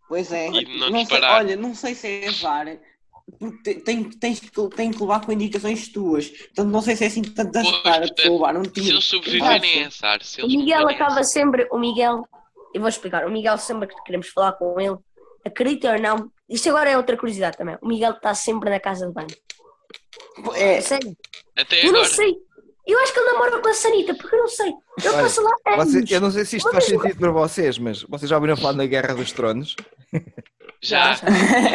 [SPEAKER 1] Pois é.
[SPEAKER 2] E não
[SPEAKER 1] sei,
[SPEAKER 2] disparar.
[SPEAKER 1] olha, não sei se é azar. Porque te- tem, tens, que- tem que levar com indicações tuas. Portanto, não sei se é assim tanto
[SPEAKER 2] Pois,
[SPEAKER 1] azar de
[SPEAKER 2] portanto,
[SPEAKER 1] levar um
[SPEAKER 2] Se
[SPEAKER 1] tiro.
[SPEAKER 2] eles sobreviverem é
[SPEAKER 1] Exato.
[SPEAKER 2] azar. Se
[SPEAKER 3] O
[SPEAKER 2] eles
[SPEAKER 3] Miguel
[SPEAKER 2] morrerem, é
[SPEAKER 3] acaba
[SPEAKER 2] azar.
[SPEAKER 3] sempre, o Miguel, eu vou explicar, o Miguel sempre que queremos falar com ele, acredita ou não, isto agora é outra curiosidade também, o Miguel está sempre na casa de banho,
[SPEAKER 1] É,
[SPEAKER 3] é sério.
[SPEAKER 2] Até
[SPEAKER 3] Eu não
[SPEAKER 2] agora.
[SPEAKER 3] sei. Eu acho que ele namora com a Sanita, porque eu não sei. Eu
[SPEAKER 4] Olha,
[SPEAKER 3] passo lá é anos.
[SPEAKER 4] Você- eu não sei se isto faz
[SPEAKER 3] Vocês-
[SPEAKER 4] sentido para vocês, mas vocês já ouviram falar da Guerra dos Tronos?
[SPEAKER 2] Já.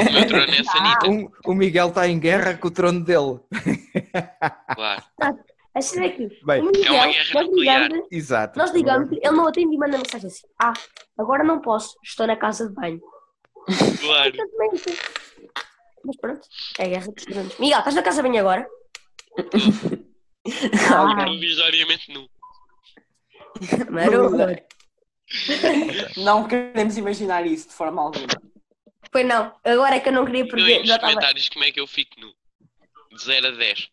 [SPEAKER 2] O meu trono é a Sanita,
[SPEAKER 4] Um- o Miguel está em guerra com o trono dele.
[SPEAKER 2] claro.
[SPEAKER 3] A cena é que
[SPEAKER 4] Bem,
[SPEAKER 3] o Miguel,
[SPEAKER 2] é uma guerra
[SPEAKER 3] nós
[SPEAKER 2] nuclear.
[SPEAKER 3] ligamos,
[SPEAKER 4] Exato.
[SPEAKER 3] nós ligamos, ele não atende e manda mensagem assim: Ah, agora não posso, estou na casa de banho.
[SPEAKER 2] Claro.
[SPEAKER 3] Simplesmente. Mas pronto, é a guerra dos tronos. Miguel, estás na casa de banho agora? ah,
[SPEAKER 2] Provisoriamente nu.
[SPEAKER 3] maravilhoso.
[SPEAKER 1] É, não queremos imaginar isso de forma alguma.
[SPEAKER 3] Foi não, agora é que eu não queria
[SPEAKER 2] Doem
[SPEAKER 3] perder.
[SPEAKER 2] nos
[SPEAKER 3] Já estava...
[SPEAKER 2] comentários como é que eu fico nu. De 0 a 10.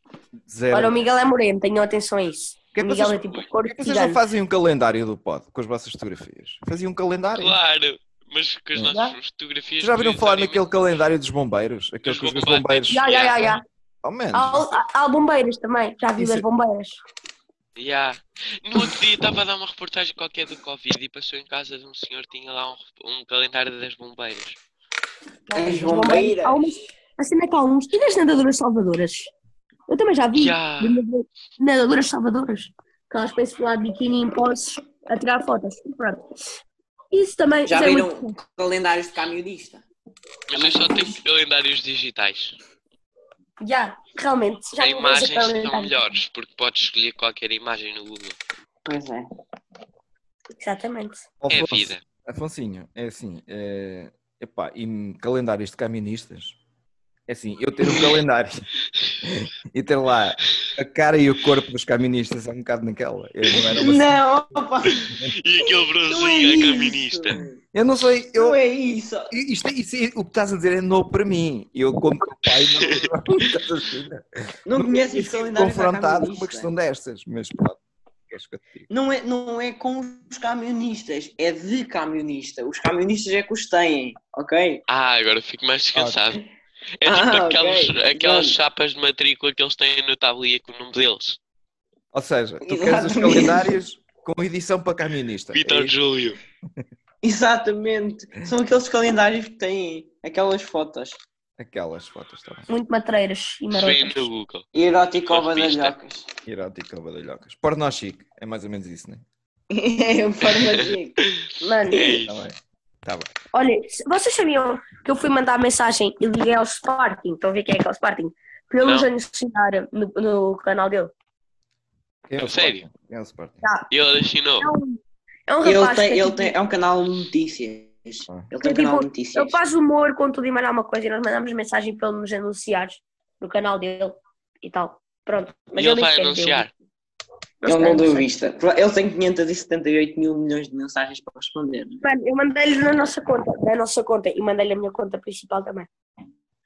[SPEAKER 4] Zero.
[SPEAKER 3] Olha, o Miguel é moreno, tenham atenção a isso.
[SPEAKER 4] Que é
[SPEAKER 3] o
[SPEAKER 4] que
[SPEAKER 3] Miguel
[SPEAKER 4] vocês-
[SPEAKER 3] é tipo cor
[SPEAKER 4] Por que
[SPEAKER 3] de
[SPEAKER 4] vocês não
[SPEAKER 3] cigano.
[SPEAKER 4] fazem um calendário do pod com as vossas fotografias? Faziam um calendário.
[SPEAKER 2] Claro. Mas com as
[SPEAKER 4] Já?
[SPEAKER 2] nossas fotografias.
[SPEAKER 4] Vocês já ouviram falar
[SPEAKER 2] provisoriamente
[SPEAKER 4] naquele calendário dos bombeiros? Aquele
[SPEAKER 2] Dos
[SPEAKER 4] que os meus
[SPEAKER 2] bombeiros.
[SPEAKER 4] bombeiros.
[SPEAKER 3] Já, já, já, já.
[SPEAKER 4] Oh, man.
[SPEAKER 3] Há, há- há bombeiras também, já vi
[SPEAKER 4] Isso- é-
[SPEAKER 3] as bombeiras.
[SPEAKER 2] Ya. No outro dia estava a dar uma reportagem qualquer do Covid e passou em casa de um senhor que tinha lá um, um calendário das bombeiras.
[SPEAKER 1] As
[SPEAKER 3] As bombeiras.
[SPEAKER 1] bombeiras.
[SPEAKER 3] Há umas, a cena é que há uns. E nas nadadoras salvadoras? Eu também já vi.
[SPEAKER 2] Ya.
[SPEAKER 3] de nada- Nadadoras salvadoras. Que elas pensam lá de biquíni em poses a tirar fotos. Pronto. Isso também.
[SPEAKER 1] Já
[SPEAKER 3] isso é
[SPEAKER 1] viram
[SPEAKER 3] muito bom.
[SPEAKER 1] calendários de camionista?
[SPEAKER 2] Mas eu só tenho calendários digitais.
[SPEAKER 3] Já, realmente. Já
[SPEAKER 2] As
[SPEAKER 3] vi esse
[SPEAKER 2] imagens são
[SPEAKER 3] calendário.
[SPEAKER 2] melhores porque podes escolher qualquer imagem no Google.
[SPEAKER 1] Pois é.
[SPEAKER 3] Exatamente.
[SPEAKER 2] É
[SPEAKER 4] Oh, Afonso-
[SPEAKER 2] vida.
[SPEAKER 4] Afonsinho, é assim. É... Epá, e calendários de caministas. É assim, eu ter um calendário e ter lá a cara e o corpo dos caministas é um bocado naquela. Eu não, era uma-
[SPEAKER 1] Não, opa,
[SPEAKER 2] E aquele
[SPEAKER 1] não é
[SPEAKER 2] bronzinho
[SPEAKER 1] isso.
[SPEAKER 2] a caminista.
[SPEAKER 4] Eu não sei, eu,
[SPEAKER 1] Não é isso.
[SPEAKER 4] isto, isto- isto- o que estás a dizer é novo para mim. Eu, como teu pai, não, não, estás a dizer.
[SPEAKER 1] Não
[SPEAKER 4] Nunca
[SPEAKER 1] conheces
[SPEAKER 4] tive
[SPEAKER 1] calendários de
[SPEAKER 4] é confrontado com
[SPEAKER 1] caminhista.
[SPEAKER 4] uma questão destas, mas pronto.
[SPEAKER 7] queres que eu te diga?
[SPEAKER 1] Não é, não é com os camionistas, é de camionista. Os camionistas é que os têm, ok?
[SPEAKER 2] Ah, agora fico mais descansado. É
[SPEAKER 1] Ah,
[SPEAKER 2] tipo
[SPEAKER 1] ok.
[SPEAKER 2] aquelas, aquelas
[SPEAKER 1] Exato.
[SPEAKER 2] chapas de matrícula que eles têm no tabuleiro com o nome deles.
[SPEAKER 7] Ou seja, tu queres os
[SPEAKER 1] Exatamente.
[SPEAKER 7] calendários com edição para camionista.
[SPEAKER 2] Vitor
[SPEAKER 7] É isso?
[SPEAKER 2] Júlio.
[SPEAKER 1] Exatamente. São aqueles calendários que têm aquelas fotos.
[SPEAKER 7] Aquelas fotos tá também.
[SPEAKER 3] Muito matreiras e
[SPEAKER 2] Vem
[SPEAKER 3] marotas.
[SPEAKER 2] no Google.
[SPEAKER 1] Erótico
[SPEAKER 2] Mas vista.
[SPEAKER 1] badalhocas.
[SPEAKER 7] Erótico ou badalhocas. Porno chique. É mais ou menos isso, não é?
[SPEAKER 1] É o farmacêutico.
[SPEAKER 3] Mano,
[SPEAKER 2] É
[SPEAKER 7] Tá
[SPEAKER 2] isso.
[SPEAKER 7] bem. Tá bem.
[SPEAKER 3] olha, vocês sabiam que eu fui mandar mensagem e liguei ao Sparking, estão a ver quem é que é o Sparking, para ele
[SPEAKER 2] Não.
[SPEAKER 3] nos anunciar no, no canal dele.
[SPEAKER 7] Quem é o
[SPEAKER 2] Sério?
[SPEAKER 7] Sporting? Quem é o Sporting?
[SPEAKER 2] E ele assinou.
[SPEAKER 3] É um, é um
[SPEAKER 1] Ele
[SPEAKER 3] rapaz
[SPEAKER 1] tem,
[SPEAKER 3] que é
[SPEAKER 1] ele
[SPEAKER 3] tipo-
[SPEAKER 1] tem, é um canal de notícias.
[SPEAKER 7] Ah.
[SPEAKER 1] Ele tem um
[SPEAKER 3] Tipo,
[SPEAKER 1] canal de notícias.
[SPEAKER 3] Ele faz humor com tudo e mais alguma coisa e nós mandamos mensagem para ele nos anunciar no canal dele e tal. Pronto.
[SPEAKER 2] E ele vai
[SPEAKER 3] disse que é dele.
[SPEAKER 2] anunciar.
[SPEAKER 1] Ele não deu
[SPEAKER 3] sei.
[SPEAKER 1] vista. Ele tem 578 mil milhões de mensagens para responder.
[SPEAKER 3] Mano, eu mandei-lhe na nossa conta, da nossa conta, e mandei-lhe a minha conta principal também.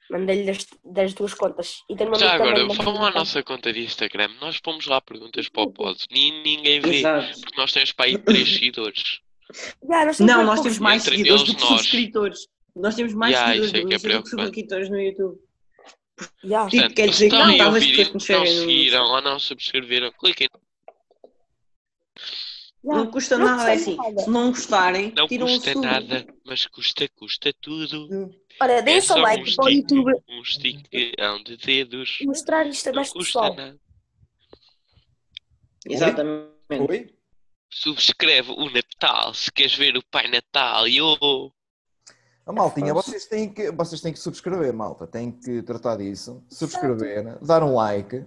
[SPEAKER 3] Mandei-lhe das, das duas contas. E tenho uma
[SPEAKER 2] Já
[SPEAKER 3] amiga
[SPEAKER 2] agora,
[SPEAKER 3] também,
[SPEAKER 2] vão à nossa conta de Instagram. Nós pomos lá perguntas para o pod. E ninguém vê.
[SPEAKER 1] Exato. Tipo,
[SPEAKER 2] Porque nós temos para aí três seguidores.
[SPEAKER 3] Já, nós temos
[SPEAKER 1] Não, nós
[SPEAKER 3] bem poucos-
[SPEAKER 1] temos mais
[SPEAKER 2] Entre
[SPEAKER 1] seguidores
[SPEAKER 2] eles,
[SPEAKER 1] do que
[SPEAKER 2] nós.
[SPEAKER 1] subscritores. Nós temos mais
[SPEAKER 2] Ya,
[SPEAKER 1] seguidores
[SPEAKER 2] isso é
[SPEAKER 1] no
[SPEAKER 2] que é
[SPEAKER 1] Insta do que
[SPEAKER 2] preocupante.
[SPEAKER 1] subscritores no YouTube.
[SPEAKER 3] Já.
[SPEAKER 1] Tipo, quer dizer que
[SPEAKER 2] estão
[SPEAKER 1] não,
[SPEAKER 2] aí a
[SPEAKER 1] talvez
[SPEAKER 2] ouvir
[SPEAKER 1] porque nos
[SPEAKER 2] e não
[SPEAKER 1] seguem no
[SPEAKER 2] seguiram ou não subscreveram. Cliquem.
[SPEAKER 1] Não custa
[SPEAKER 3] Não
[SPEAKER 1] nada,
[SPEAKER 3] custa
[SPEAKER 1] é assim.
[SPEAKER 3] nada.
[SPEAKER 1] Se não gostarem,
[SPEAKER 2] Não
[SPEAKER 1] tiram um
[SPEAKER 2] custa
[SPEAKER 1] o sub.
[SPEAKER 2] nada, mas custa, custa tudo.
[SPEAKER 3] Olha, deem
[SPEAKER 2] É
[SPEAKER 3] só
[SPEAKER 2] só
[SPEAKER 3] like
[SPEAKER 2] um
[SPEAKER 3] para o
[SPEAKER 2] stick,
[SPEAKER 3] YouTube
[SPEAKER 2] um esticão de dedos.
[SPEAKER 3] mostrar isto a
[SPEAKER 2] Não
[SPEAKER 3] mais
[SPEAKER 2] custa
[SPEAKER 3] pessoal.
[SPEAKER 2] nada.
[SPEAKER 1] Exatamente.
[SPEAKER 7] Oi?
[SPEAKER 2] Subscreve o Natal se queres ver o Pai Natal. E oh,
[SPEAKER 7] Oh, maltinha, vocês têm, que, vocês têm que subscrever, malta. Têm que tratar disso. Subscrever, dar um like,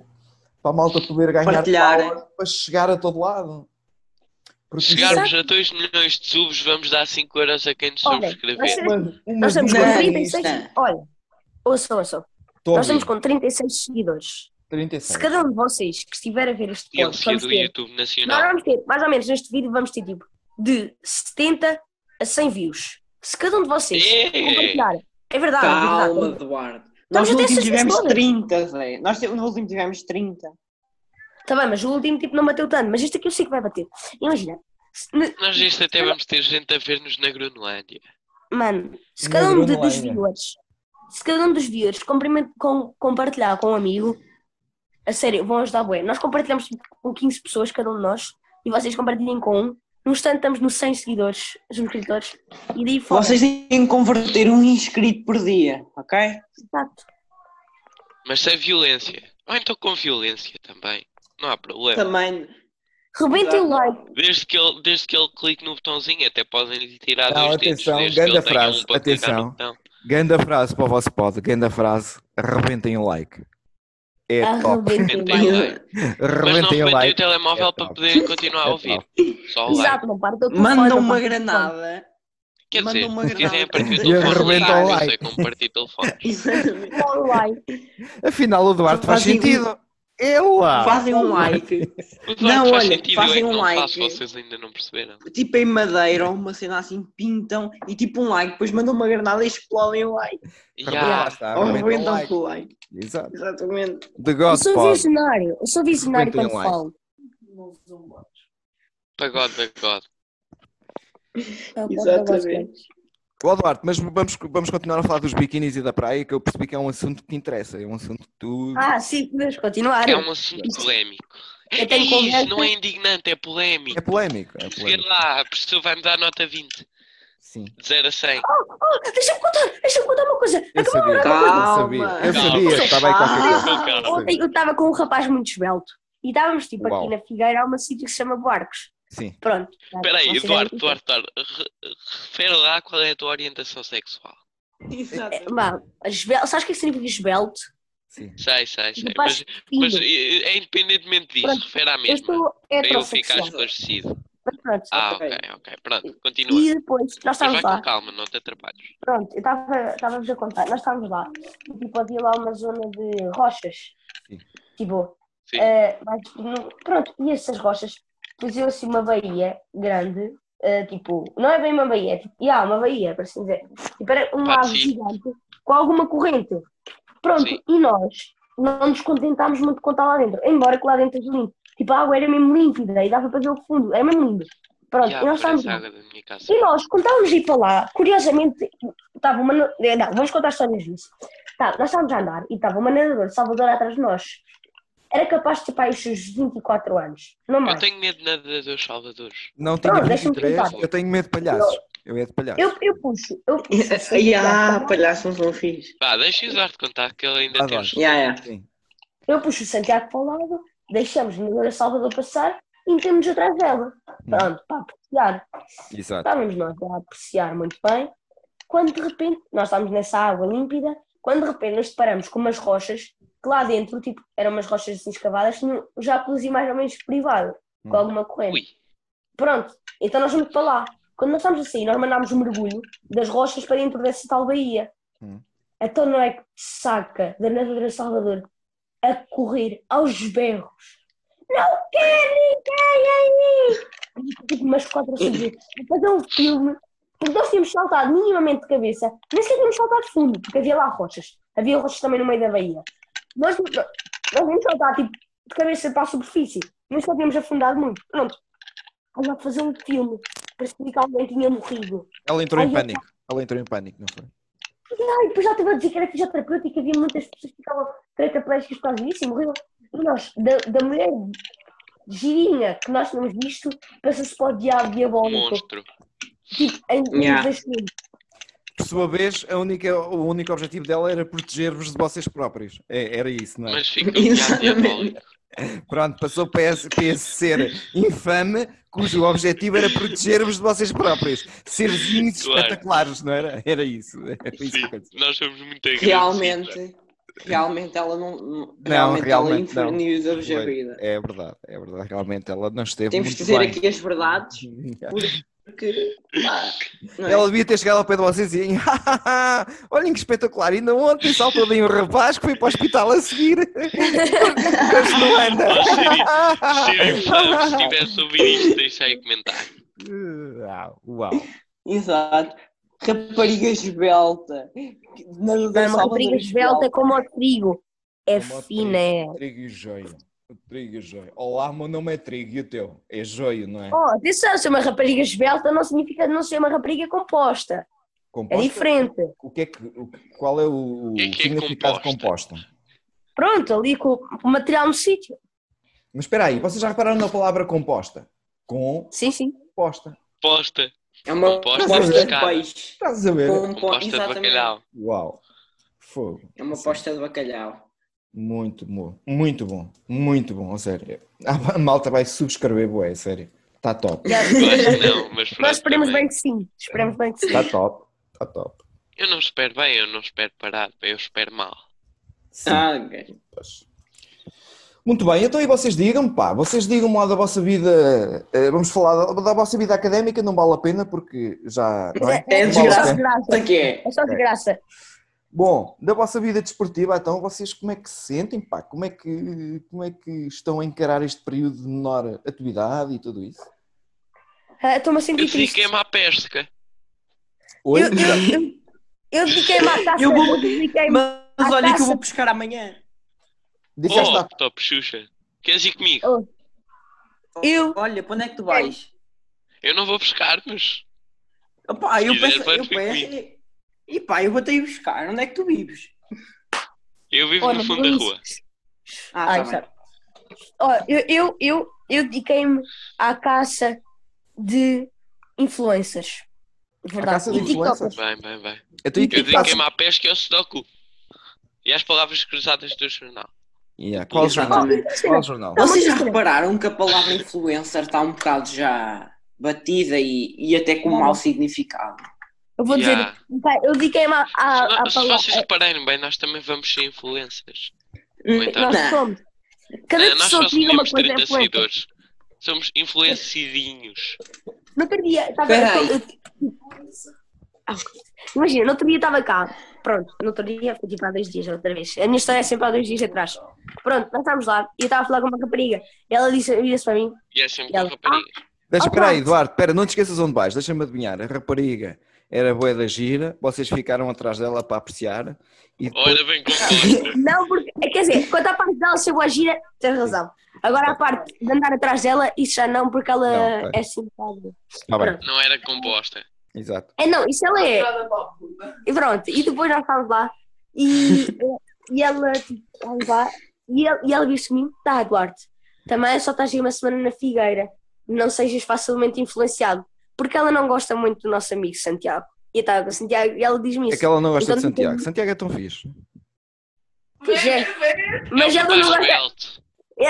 [SPEAKER 7] para a malta poder ganhar
[SPEAKER 1] Partilhar.
[SPEAKER 7] power para chegar a todo lado. Porque isso é
[SPEAKER 2] chegarmos a 2 milhões de subs, vamos dar 5 euros a quem nos
[SPEAKER 3] Olha,
[SPEAKER 2] subscrever.
[SPEAKER 3] vocês-
[SPEAKER 7] uma, uma
[SPEAKER 3] Nós estamos com
[SPEAKER 1] Não, é
[SPEAKER 7] dinâmica.
[SPEAKER 3] 36.
[SPEAKER 1] isto-
[SPEAKER 3] Olha, ouçam, ouçam.
[SPEAKER 7] Estou a
[SPEAKER 3] Nós estamos
[SPEAKER 7] ouvir.
[SPEAKER 3] com 36 seguidores. Se
[SPEAKER 7] 36.
[SPEAKER 3] cada um de vocês que estiver a ver este
[SPEAKER 2] E é ele
[SPEAKER 3] podcast,
[SPEAKER 2] saiu
[SPEAKER 3] vamos
[SPEAKER 2] do
[SPEAKER 3] ter,
[SPEAKER 2] YouTube
[SPEAKER 3] nós
[SPEAKER 2] Nacional.
[SPEAKER 3] vamos ter, mais ou menos neste vídeo, vamos ter tipo de 70 a 100 views. Se cada um de vocês
[SPEAKER 2] É.
[SPEAKER 3] compartilhar, é verdade, é
[SPEAKER 1] Calma,
[SPEAKER 3] verdade.
[SPEAKER 1] Eduardo.
[SPEAKER 3] Estamos
[SPEAKER 1] Nós no
[SPEAKER 3] até
[SPEAKER 1] último
[SPEAKER 3] seis
[SPEAKER 1] tivemos
[SPEAKER 3] pessoas.
[SPEAKER 1] 30, Zé. Nós te- no último tivemos 30.
[SPEAKER 3] Tá bem, mas o último tipo não bateu tanto, mas este aqui eu sei que vai bater. Imagina, se- ne-
[SPEAKER 2] Nós isto até vamos ter gente a ver-nos na Groenlândia.
[SPEAKER 3] mano, se
[SPEAKER 7] Uma
[SPEAKER 3] cada um de- dos
[SPEAKER 7] Groenlândia.
[SPEAKER 3] viewers, se cada um dos viewers cumpriment- com, compartilhar com um amigo, a sério, vão ajudar bué. Nós compartilhamos tipo, com 15 pessoas, cada um de nós, e vocês compartilhem com um. Num instante estamos nos 100 seguidores, subscritores, e daí fora.
[SPEAKER 1] Vocês têm que converter um inscrito por dia, ok?
[SPEAKER 3] Exato.
[SPEAKER 2] Mas sem violência. Ou então com violência também. Não há problema.
[SPEAKER 1] Também.
[SPEAKER 3] Rebentem o like.
[SPEAKER 2] Desde que ele, desde que ele clique no botãozinho, até podem lhe tirar
[SPEAKER 7] Não,
[SPEAKER 2] dois
[SPEAKER 7] atenção,
[SPEAKER 2] dedos. desde que
[SPEAKER 7] ganda
[SPEAKER 2] ele tenha
[SPEAKER 7] frase,
[SPEAKER 2] um para clicar no
[SPEAKER 7] atenção.
[SPEAKER 2] botão.
[SPEAKER 7] Ganda frase para o vosso pod, ganda frase, arrebentem o like. É
[SPEAKER 3] Ah,
[SPEAKER 7] top.
[SPEAKER 3] Arrebentem o
[SPEAKER 2] Arrebentem
[SPEAKER 3] like.
[SPEAKER 2] o like. Mas
[SPEAKER 7] Arrebentem
[SPEAKER 2] não
[SPEAKER 7] o
[SPEAKER 2] rebentei o
[SPEAKER 7] like.
[SPEAKER 2] telemóvel
[SPEAKER 7] É
[SPEAKER 2] para
[SPEAKER 7] top.
[SPEAKER 2] poder continuar a
[SPEAKER 7] É
[SPEAKER 2] ouvir. Só o like.
[SPEAKER 3] Exato, não para. deu telefone,
[SPEAKER 1] Manda
[SPEAKER 3] não
[SPEAKER 1] uma
[SPEAKER 3] para.
[SPEAKER 1] granada.
[SPEAKER 2] Quer
[SPEAKER 1] Manda
[SPEAKER 2] dizer,
[SPEAKER 1] uma
[SPEAKER 2] se quiserem a
[SPEAKER 1] granada.
[SPEAKER 2] partir do
[SPEAKER 7] E
[SPEAKER 2] telefone,
[SPEAKER 7] arrebenta
[SPEAKER 2] eu
[SPEAKER 7] o
[SPEAKER 2] não sei
[SPEAKER 7] like.
[SPEAKER 2] como partir telefones.
[SPEAKER 1] Exatamente.
[SPEAKER 3] Dá um like.
[SPEAKER 7] Afinal, o Duarte faz
[SPEAKER 1] Fazem um-
[SPEAKER 7] sentido. É
[SPEAKER 3] Ah.
[SPEAKER 7] lá.
[SPEAKER 1] Fazem um like.
[SPEAKER 2] Mas
[SPEAKER 1] Não,
[SPEAKER 2] faz
[SPEAKER 1] olha,
[SPEAKER 2] sentido,
[SPEAKER 1] fazem
[SPEAKER 2] eu é que
[SPEAKER 1] um
[SPEAKER 2] não
[SPEAKER 1] like.
[SPEAKER 2] faço, vocês ainda não perceberam.
[SPEAKER 1] tipo em madeira ou uma cena assim, pintam e tipo um like, depois mandam uma granada e explodem o like.
[SPEAKER 2] Já,
[SPEAKER 7] Lá está,
[SPEAKER 1] ou
[SPEAKER 7] arrebentem o
[SPEAKER 1] rebentam
[SPEAKER 7] like.
[SPEAKER 1] com o like.
[SPEAKER 7] Exato.
[SPEAKER 1] Exatamente.
[SPEAKER 7] The
[SPEAKER 3] Eu
[SPEAKER 7] God
[SPEAKER 3] sou
[SPEAKER 7] Pod.
[SPEAKER 3] visionário. Eu sou visionário quando
[SPEAKER 7] Arrebentem o like.
[SPEAKER 3] falo.
[SPEAKER 2] pagode, pagode.
[SPEAKER 3] Eu- eu- eu
[SPEAKER 1] Exatamente.
[SPEAKER 3] gosto.
[SPEAKER 7] Ó Duarte, mas vamos, vamos continuar a falar dos biquinis e da praia, que eu percebi que é um assunto que te interessa. É um assunto que tu.
[SPEAKER 3] Ah, sim, podemos continuar.
[SPEAKER 2] É um assunto polémico.
[SPEAKER 3] Eu
[SPEAKER 2] É
[SPEAKER 3] tenho
[SPEAKER 2] isso,
[SPEAKER 3] conversa-
[SPEAKER 2] não é indignante, é
[SPEAKER 7] É
[SPEAKER 2] polémico.
[SPEAKER 7] polémico. É
[SPEAKER 2] Sei
[SPEAKER 7] polémico.
[SPEAKER 2] lá, a pessoa vai-me dar nota 20,
[SPEAKER 7] Sim.
[SPEAKER 2] de 0 a 100.
[SPEAKER 3] Oh, deixa-me contar, deixa-me contar uma coisa.
[SPEAKER 7] Eu sabia. Eu sabia. Eu sabia. que Estava aí qualquer coisa.
[SPEAKER 1] Ah,
[SPEAKER 2] Calma.
[SPEAKER 3] Ontem eu estava com um rapaz muito esbelto e estávamos tipo
[SPEAKER 7] Uau.
[SPEAKER 3] aqui na Figueira, há um sítio que se chama Barcos.
[SPEAKER 7] Sim.
[SPEAKER 3] Pronto.
[SPEAKER 2] Espera aí,
[SPEAKER 3] Vocês
[SPEAKER 2] Eduardo,
[SPEAKER 3] devem-
[SPEAKER 2] Eduardo, Eduardo, re- refere lá qual é a tua orientação sexual.
[SPEAKER 3] É,
[SPEAKER 1] Exatamente.
[SPEAKER 3] vá, esbel- Sabes o que é que significa esbelto? Tipo,
[SPEAKER 7] Sim.
[SPEAKER 2] Sei, sei, sei.
[SPEAKER 3] Do
[SPEAKER 2] Mas,
[SPEAKER 3] baixo
[SPEAKER 2] mas
[SPEAKER 3] fino.
[SPEAKER 2] eh, é independentemente disso,
[SPEAKER 3] Pronto,
[SPEAKER 2] refere à
[SPEAKER 3] Eu
[SPEAKER 2] mesma.
[SPEAKER 3] estou
[SPEAKER 2] Para eu ficar
[SPEAKER 3] heterossexual.
[SPEAKER 2] esclarecido.
[SPEAKER 3] Mas pronto.
[SPEAKER 2] Ah,
[SPEAKER 1] Ok.
[SPEAKER 2] ok, ok. Pronto, continua.
[SPEAKER 3] E depois, nós
[SPEAKER 2] Mas vai
[SPEAKER 3] estávamos lá.
[SPEAKER 2] com calma, não te atrapalhes.
[SPEAKER 3] Pronto, eu estava- estava-vos a contar, nós estávamos lá, e tipo, havia lá uma zona de rochas,
[SPEAKER 7] Sim.
[SPEAKER 3] tipo,
[SPEAKER 2] Sim.
[SPEAKER 3] eh, mas, não- pronto, e essas rochas faziam-se uma baía grande, eh, tipo, não é bem uma baía, é tipo, yeah, uma baía, para assim dizer, tipo, era um
[SPEAKER 2] Pá,
[SPEAKER 3] lago
[SPEAKER 2] sim.
[SPEAKER 3] gigante com alguma corrente, pronto,
[SPEAKER 2] Sim.
[SPEAKER 3] e nós não nos contentámos muito com estar lá dentro, embora que lá dentro é limpo, Tipo, a água era mesmo límpida e dava para ver o fundo, era mesmo lindo. Pronto,
[SPEAKER 2] Já,
[SPEAKER 3] e nós estávamos
[SPEAKER 2] parece a
[SPEAKER 3] lá.
[SPEAKER 2] água da minha casa.
[SPEAKER 3] E nós, quando estávamos a ir para lá, curiosamente, estava uma. na- eh, Não, vamos contar histórias disso. Tá, nós estávamos a andar e estava uma nadadora de Salvador atrás de nós. Era capaz de ter para os seus 24 anos,
[SPEAKER 2] Eu
[SPEAKER 3] não mais.
[SPEAKER 2] tenho medo de nadadores salvadores.
[SPEAKER 4] Não tinha
[SPEAKER 3] Não, deixa-me
[SPEAKER 4] 23,
[SPEAKER 2] tentar.
[SPEAKER 4] eu tenho medo de palhaços. Eu é de palhaços.
[SPEAKER 3] Eu, eu puxo, eu puxo.
[SPEAKER 1] é Ya, palhaços não fiz.
[SPEAKER 2] Pá, deixa o Eduardo contar que ele ainda
[SPEAKER 4] Ah,
[SPEAKER 2] tem um
[SPEAKER 4] vai.
[SPEAKER 2] os
[SPEAKER 1] Ya, ya.
[SPEAKER 4] Sim.
[SPEAKER 3] Eu puxo o Santiago para o lado, deixamos a nadadora de Salvador passar e metemos atrás dela. Pronto, para apreciar.
[SPEAKER 4] Exato.
[SPEAKER 3] Estávamos nós a apreciar muito bem, quando de repente, nós estávamos nessa água límpida, quando de repente nos deparamos com umas rochas que lá dentro, tipo, eram umas rochas assim escavadas, tinham já peluzia mais ou menos privado, com
[SPEAKER 4] Hum.
[SPEAKER 3] alguma corrente.
[SPEAKER 2] Ui,
[SPEAKER 3] Pronto, então nós vamos para lá. Quando nós estamos a sair, nós mandámos um mergulho das rochas para dentro dessa tal baía.
[SPEAKER 4] Hum.
[SPEAKER 3] Então não é que saca da nadadora Salvador a correr aos berros. Não quer ninguém aí! Tipo, umas quatro ou cinco vezes. Vou fazer um filme. Porque nós tínhamos saltado minimamente de cabeça, nem sequer tínhamos saltado de fundo, porque havia lá rochas. Havia rochas também no meio da baía. Nós, nós tínhamos saltado tipo, de cabeça para a superfície, nem só tínhamos afundado muito. Pronto, Estava a fazer um filme. Parecia que alguém tinha morrido.
[SPEAKER 4] Ela entrou em
[SPEAKER 3] Ai, eu-
[SPEAKER 4] pânico. Ela entrou em pânico, não foi?
[SPEAKER 3] Ai, depois já estava a dizer que era fisioterapeuta e que havia muitas pessoas que ficavam tetraplégicas por causa disso e morriam. E nós, da, da mulher girinha que nós tínhamos visto, passou-se para o diabo diabólico.
[SPEAKER 2] um monstro.
[SPEAKER 3] Tipo, em
[SPEAKER 1] Yeah.
[SPEAKER 3] dois segundos.
[SPEAKER 4] Por sua vez, a única, o único objetivo dela era proteger-vos de vocês próprios. É, era isso, não é?
[SPEAKER 2] Mas fica o diabo diabólico.
[SPEAKER 4] Pronto, passou para esse, para esse ser infame, cujo objetivo era proteger-vos de vocês próprios. Serzinhos
[SPEAKER 2] Claro.
[SPEAKER 4] espetaculares, não era? Era isso. Era isso que
[SPEAKER 2] Sim,
[SPEAKER 4] aconteceu.
[SPEAKER 2] nós somos muito
[SPEAKER 4] né?
[SPEAKER 2] agradecidos.
[SPEAKER 1] Realmente, realmente ela não. não- Realmente, ela
[SPEAKER 4] realmente não.
[SPEAKER 1] inferniza-vos a vida.
[SPEAKER 4] É verdade, é verdade. Realmente ela não esteve
[SPEAKER 1] Temos
[SPEAKER 4] muito
[SPEAKER 1] que dizer
[SPEAKER 4] bem.
[SPEAKER 1] aqui as verdades, porque. pá, não é?
[SPEAKER 4] Ela devia ter chegado ao pé de vocês e olhem que espetacular, ainda ontem saltou daí um rapaz que foi para o hospital a seguir. Hoje não
[SPEAKER 2] Oh, Siri, Siri, Fernandes, se
[SPEAKER 4] anda.
[SPEAKER 2] tivesse ouvido isto, deixa aí comentar.
[SPEAKER 4] Uau, Uau.
[SPEAKER 1] Exato. Rapariga esbelta. Na
[SPEAKER 3] Não é uma rapariga esbelta é como o trigo. É
[SPEAKER 7] Como o
[SPEAKER 3] fina, é.
[SPEAKER 7] Trigo e joio. Trigo e joio. Olá, meu nome é Trigo e o teu? É joio, não é?
[SPEAKER 3] Oh, atenção, ser uma rapariga esbelta não significa não ser uma rapariga composta. É
[SPEAKER 7] Composta?
[SPEAKER 3] diferente.
[SPEAKER 7] O que é que, o- qual é o,
[SPEAKER 2] O que é que é
[SPEAKER 7] significado composto?
[SPEAKER 3] Pronto, ali com com o material no sítio.
[SPEAKER 7] Mas espera aí, vocês já repararam na palavra composta? Composta.
[SPEAKER 3] Sim, sim.
[SPEAKER 2] Posta.
[SPEAKER 1] É uma
[SPEAKER 2] Composta
[SPEAKER 1] posta de
[SPEAKER 2] de
[SPEAKER 1] peixe.
[SPEAKER 7] Estás
[SPEAKER 4] É
[SPEAKER 7] a ver?
[SPEAKER 1] Com- com-
[SPEAKER 2] Composta de
[SPEAKER 1] Um exatamente.
[SPEAKER 2] bacalhau.
[SPEAKER 7] Uau. Fogo.
[SPEAKER 1] É uma posta de bacalhau.
[SPEAKER 7] Muito bom. Muito bom. Muito bom, a sério. A malta vai subscrever, boé, sério. Está top.
[SPEAKER 3] Já-
[SPEAKER 2] Eu acho que não, mas pronto,
[SPEAKER 3] Nós esperemos
[SPEAKER 2] também.
[SPEAKER 3] bem que sim. Esperemos bem que sim.
[SPEAKER 7] Está Tá top. Está top.
[SPEAKER 2] Eu não espero bem, eu não espero parado, eu espero mal.
[SPEAKER 7] Sim.
[SPEAKER 1] Ah, ok.
[SPEAKER 7] Pois. Muito bem, então aí vocês digam-me, pá, vocês digam-me lá da vossa vida, eh, vamos falar da, da vossa vida académica, não vale a pena porque já... não é?
[SPEAKER 1] É
[SPEAKER 3] Não
[SPEAKER 1] desgraça.
[SPEAKER 3] vale a pena.
[SPEAKER 1] Isso aqui é.
[SPEAKER 3] É só desgraça.
[SPEAKER 7] Bom, da vossa vida desportiva, então, vocês como é que se sentem, pá, como é que, como é que estão a encarar este período de menor atividade e tudo isso?
[SPEAKER 3] Ah, Estou-me a sentir
[SPEAKER 2] Eu
[SPEAKER 3] triste.
[SPEAKER 2] dediquei-me à pesca.
[SPEAKER 7] Oi?
[SPEAKER 3] Eu- eu- eu- Eu dediquei-me à taça.
[SPEAKER 1] Eu vou-
[SPEAKER 3] dediquei-me-
[SPEAKER 1] Mas olha que eu vou pescar amanhã.
[SPEAKER 7] Disseste
[SPEAKER 2] Oh,
[SPEAKER 7] há-
[SPEAKER 2] top Xuxa. Queres ir comigo?
[SPEAKER 3] Eu-
[SPEAKER 1] Olha, para onde é que tu vais?
[SPEAKER 2] Eu não vou pescar, mas
[SPEAKER 1] Opa, eu
[SPEAKER 2] Se quiser,
[SPEAKER 1] peço.
[SPEAKER 2] vais
[SPEAKER 1] Eu
[SPEAKER 2] vir
[SPEAKER 1] peço. E pá, eu vou-te ir buscar. Onde é que tu vives?
[SPEAKER 2] eu vivo
[SPEAKER 3] Olha,
[SPEAKER 2] no fundo da
[SPEAKER 3] Luís,
[SPEAKER 2] rua.
[SPEAKER 1] Ah,
[SPEAKER 3] Ai,
[SPEAKER 1] tá
[SPEAKER 3] sabe. Olha, eu- eu- eu- eu dediquei-me à caça de influencers. Verdade.
[SPEAKER 7] caça de
[SPEAKER 3] E TikTokers.
[SPEAKER 7] influencers?
[SPEAKER 2] Bem, bem, bem.
[SPEAKER 7] Então, e
[SPEAKER 2] Eu
[SPEAKER 7] que faço-
[SPEAKER 2] dediquei-me à é pesca e ao sudoku. E às palavras cruzadas do jornal.
[SPEAKER 7] Yeah,
[SPEAKER 1] bem.
[SPEAKER 7] qual jornal?
[SPEAKER 1] Exatamente.
[SPEAKER 7] Qual jornal?
[SPEAKER 3] Não,
[SPEAKER 1] Vocês
[SPEAKER 3] mas
[SPEAKER 1] já
[SPEAKER 3] espera.
[SPEAKER 1] repararam que a palavra influencer está um bocado já batida e, e até com mau significado?
[SPEAKER 3] Eu vou dizer,
[SPEAKER 2] Yeah.
[SPEAKER 3] pá, eu dediquei-me à- à à
[SPEAKER 2] se, se vocês
[SPEAKER 3] palavra.
[SPEAKER 2] repararem bem, nós também vamos ser influencers. então-
[SPEAKER 3] Nós
[SPEAKER 1] Hum, Não,
[SPEAKER 3] somos. Cada
[SPEAKER 2] Ah, nós
[SPEAKER 3] pessoa
[SPEAKER 2] só
[SPEAKER 3] que diga uma
[SPEAKER 2] temos
[SPEAKER 3] coisa é
[SPEAKER 2] 30
[SPEAKER 3] influencer.
[SPEAKER 2] seguidores. Somos influencidinhos.
[SPEAKER 3] No outro dia, estava.
[SPEAKER 1] Peraí.
[SPEAKER 3] eu- Ah, Imagina, no outro dia estava cá. Pronto, no outro dia, foi tipo há dois dias, outra vez. A minha história é sempre há dois dias atrás. Pronto, nós estávamos lá e eu estava a falar com uma rapariga. E ela disse, vira-se para mim.
[SPEAKER 2] E é sempre
[SPEAKER 3] E ela-
[SPEAKER 2] com rapariga.
[SPEAKER 4] Deixa,
[SPEAKER 3] Oh,
[SPEAKER 4] espera aí,
[SPEAKER 3] pronto.
[SPEAKER 4] Eduardo, espera, não te esqueças onde vais, deixa-me adivinhar. A rapariga era boa da gira, vocês ficaram atrás dela para apreciar.
[SPEAKER 3] Ah.
[SPEAKER 4] E depois-
[SPEAKER 2] Olha bem composta.
[SPEAKER 3] Não, porque, É, quer dizer, quanto à parte dela chegou a gira, tens razão. Agora a parte de andar atrás dela, isso já não, porque ela
[SPEAKER 4] Não, ok.
[SPEAKER 3] é simpática.
[SPEAKER 4] Tá bem,
[SPEAKER 2] Não era composta.
[SPEAKER 4] exato.
[SPEAKER 3] É não, isso ela é. E pronto, e depois nós estávamos lá e, e ela tipo, estávamos lá e ela, e ela viu-se mim, tá, Duarte, também só estás aí uma semana na Figueira, não sejas facilmente influenciado, porque ela não gosta muito do nosso amigo Santiago. E eu estava com o Santiago e ela diz-me
[SPEAKER 4] É
[SPEAKER 3] isso.
[SPEAKER 4] que ela não gosta de
[SPEAKER 3] Então,
[SPEAKER 4] Santiago. Santiago é tão fixe.
[SPEAKER 3] Pois é.
[SPEAKER 2] um
[SPEAKER 3] Mas ela não gosta.
[SPEAKER 2] Belt.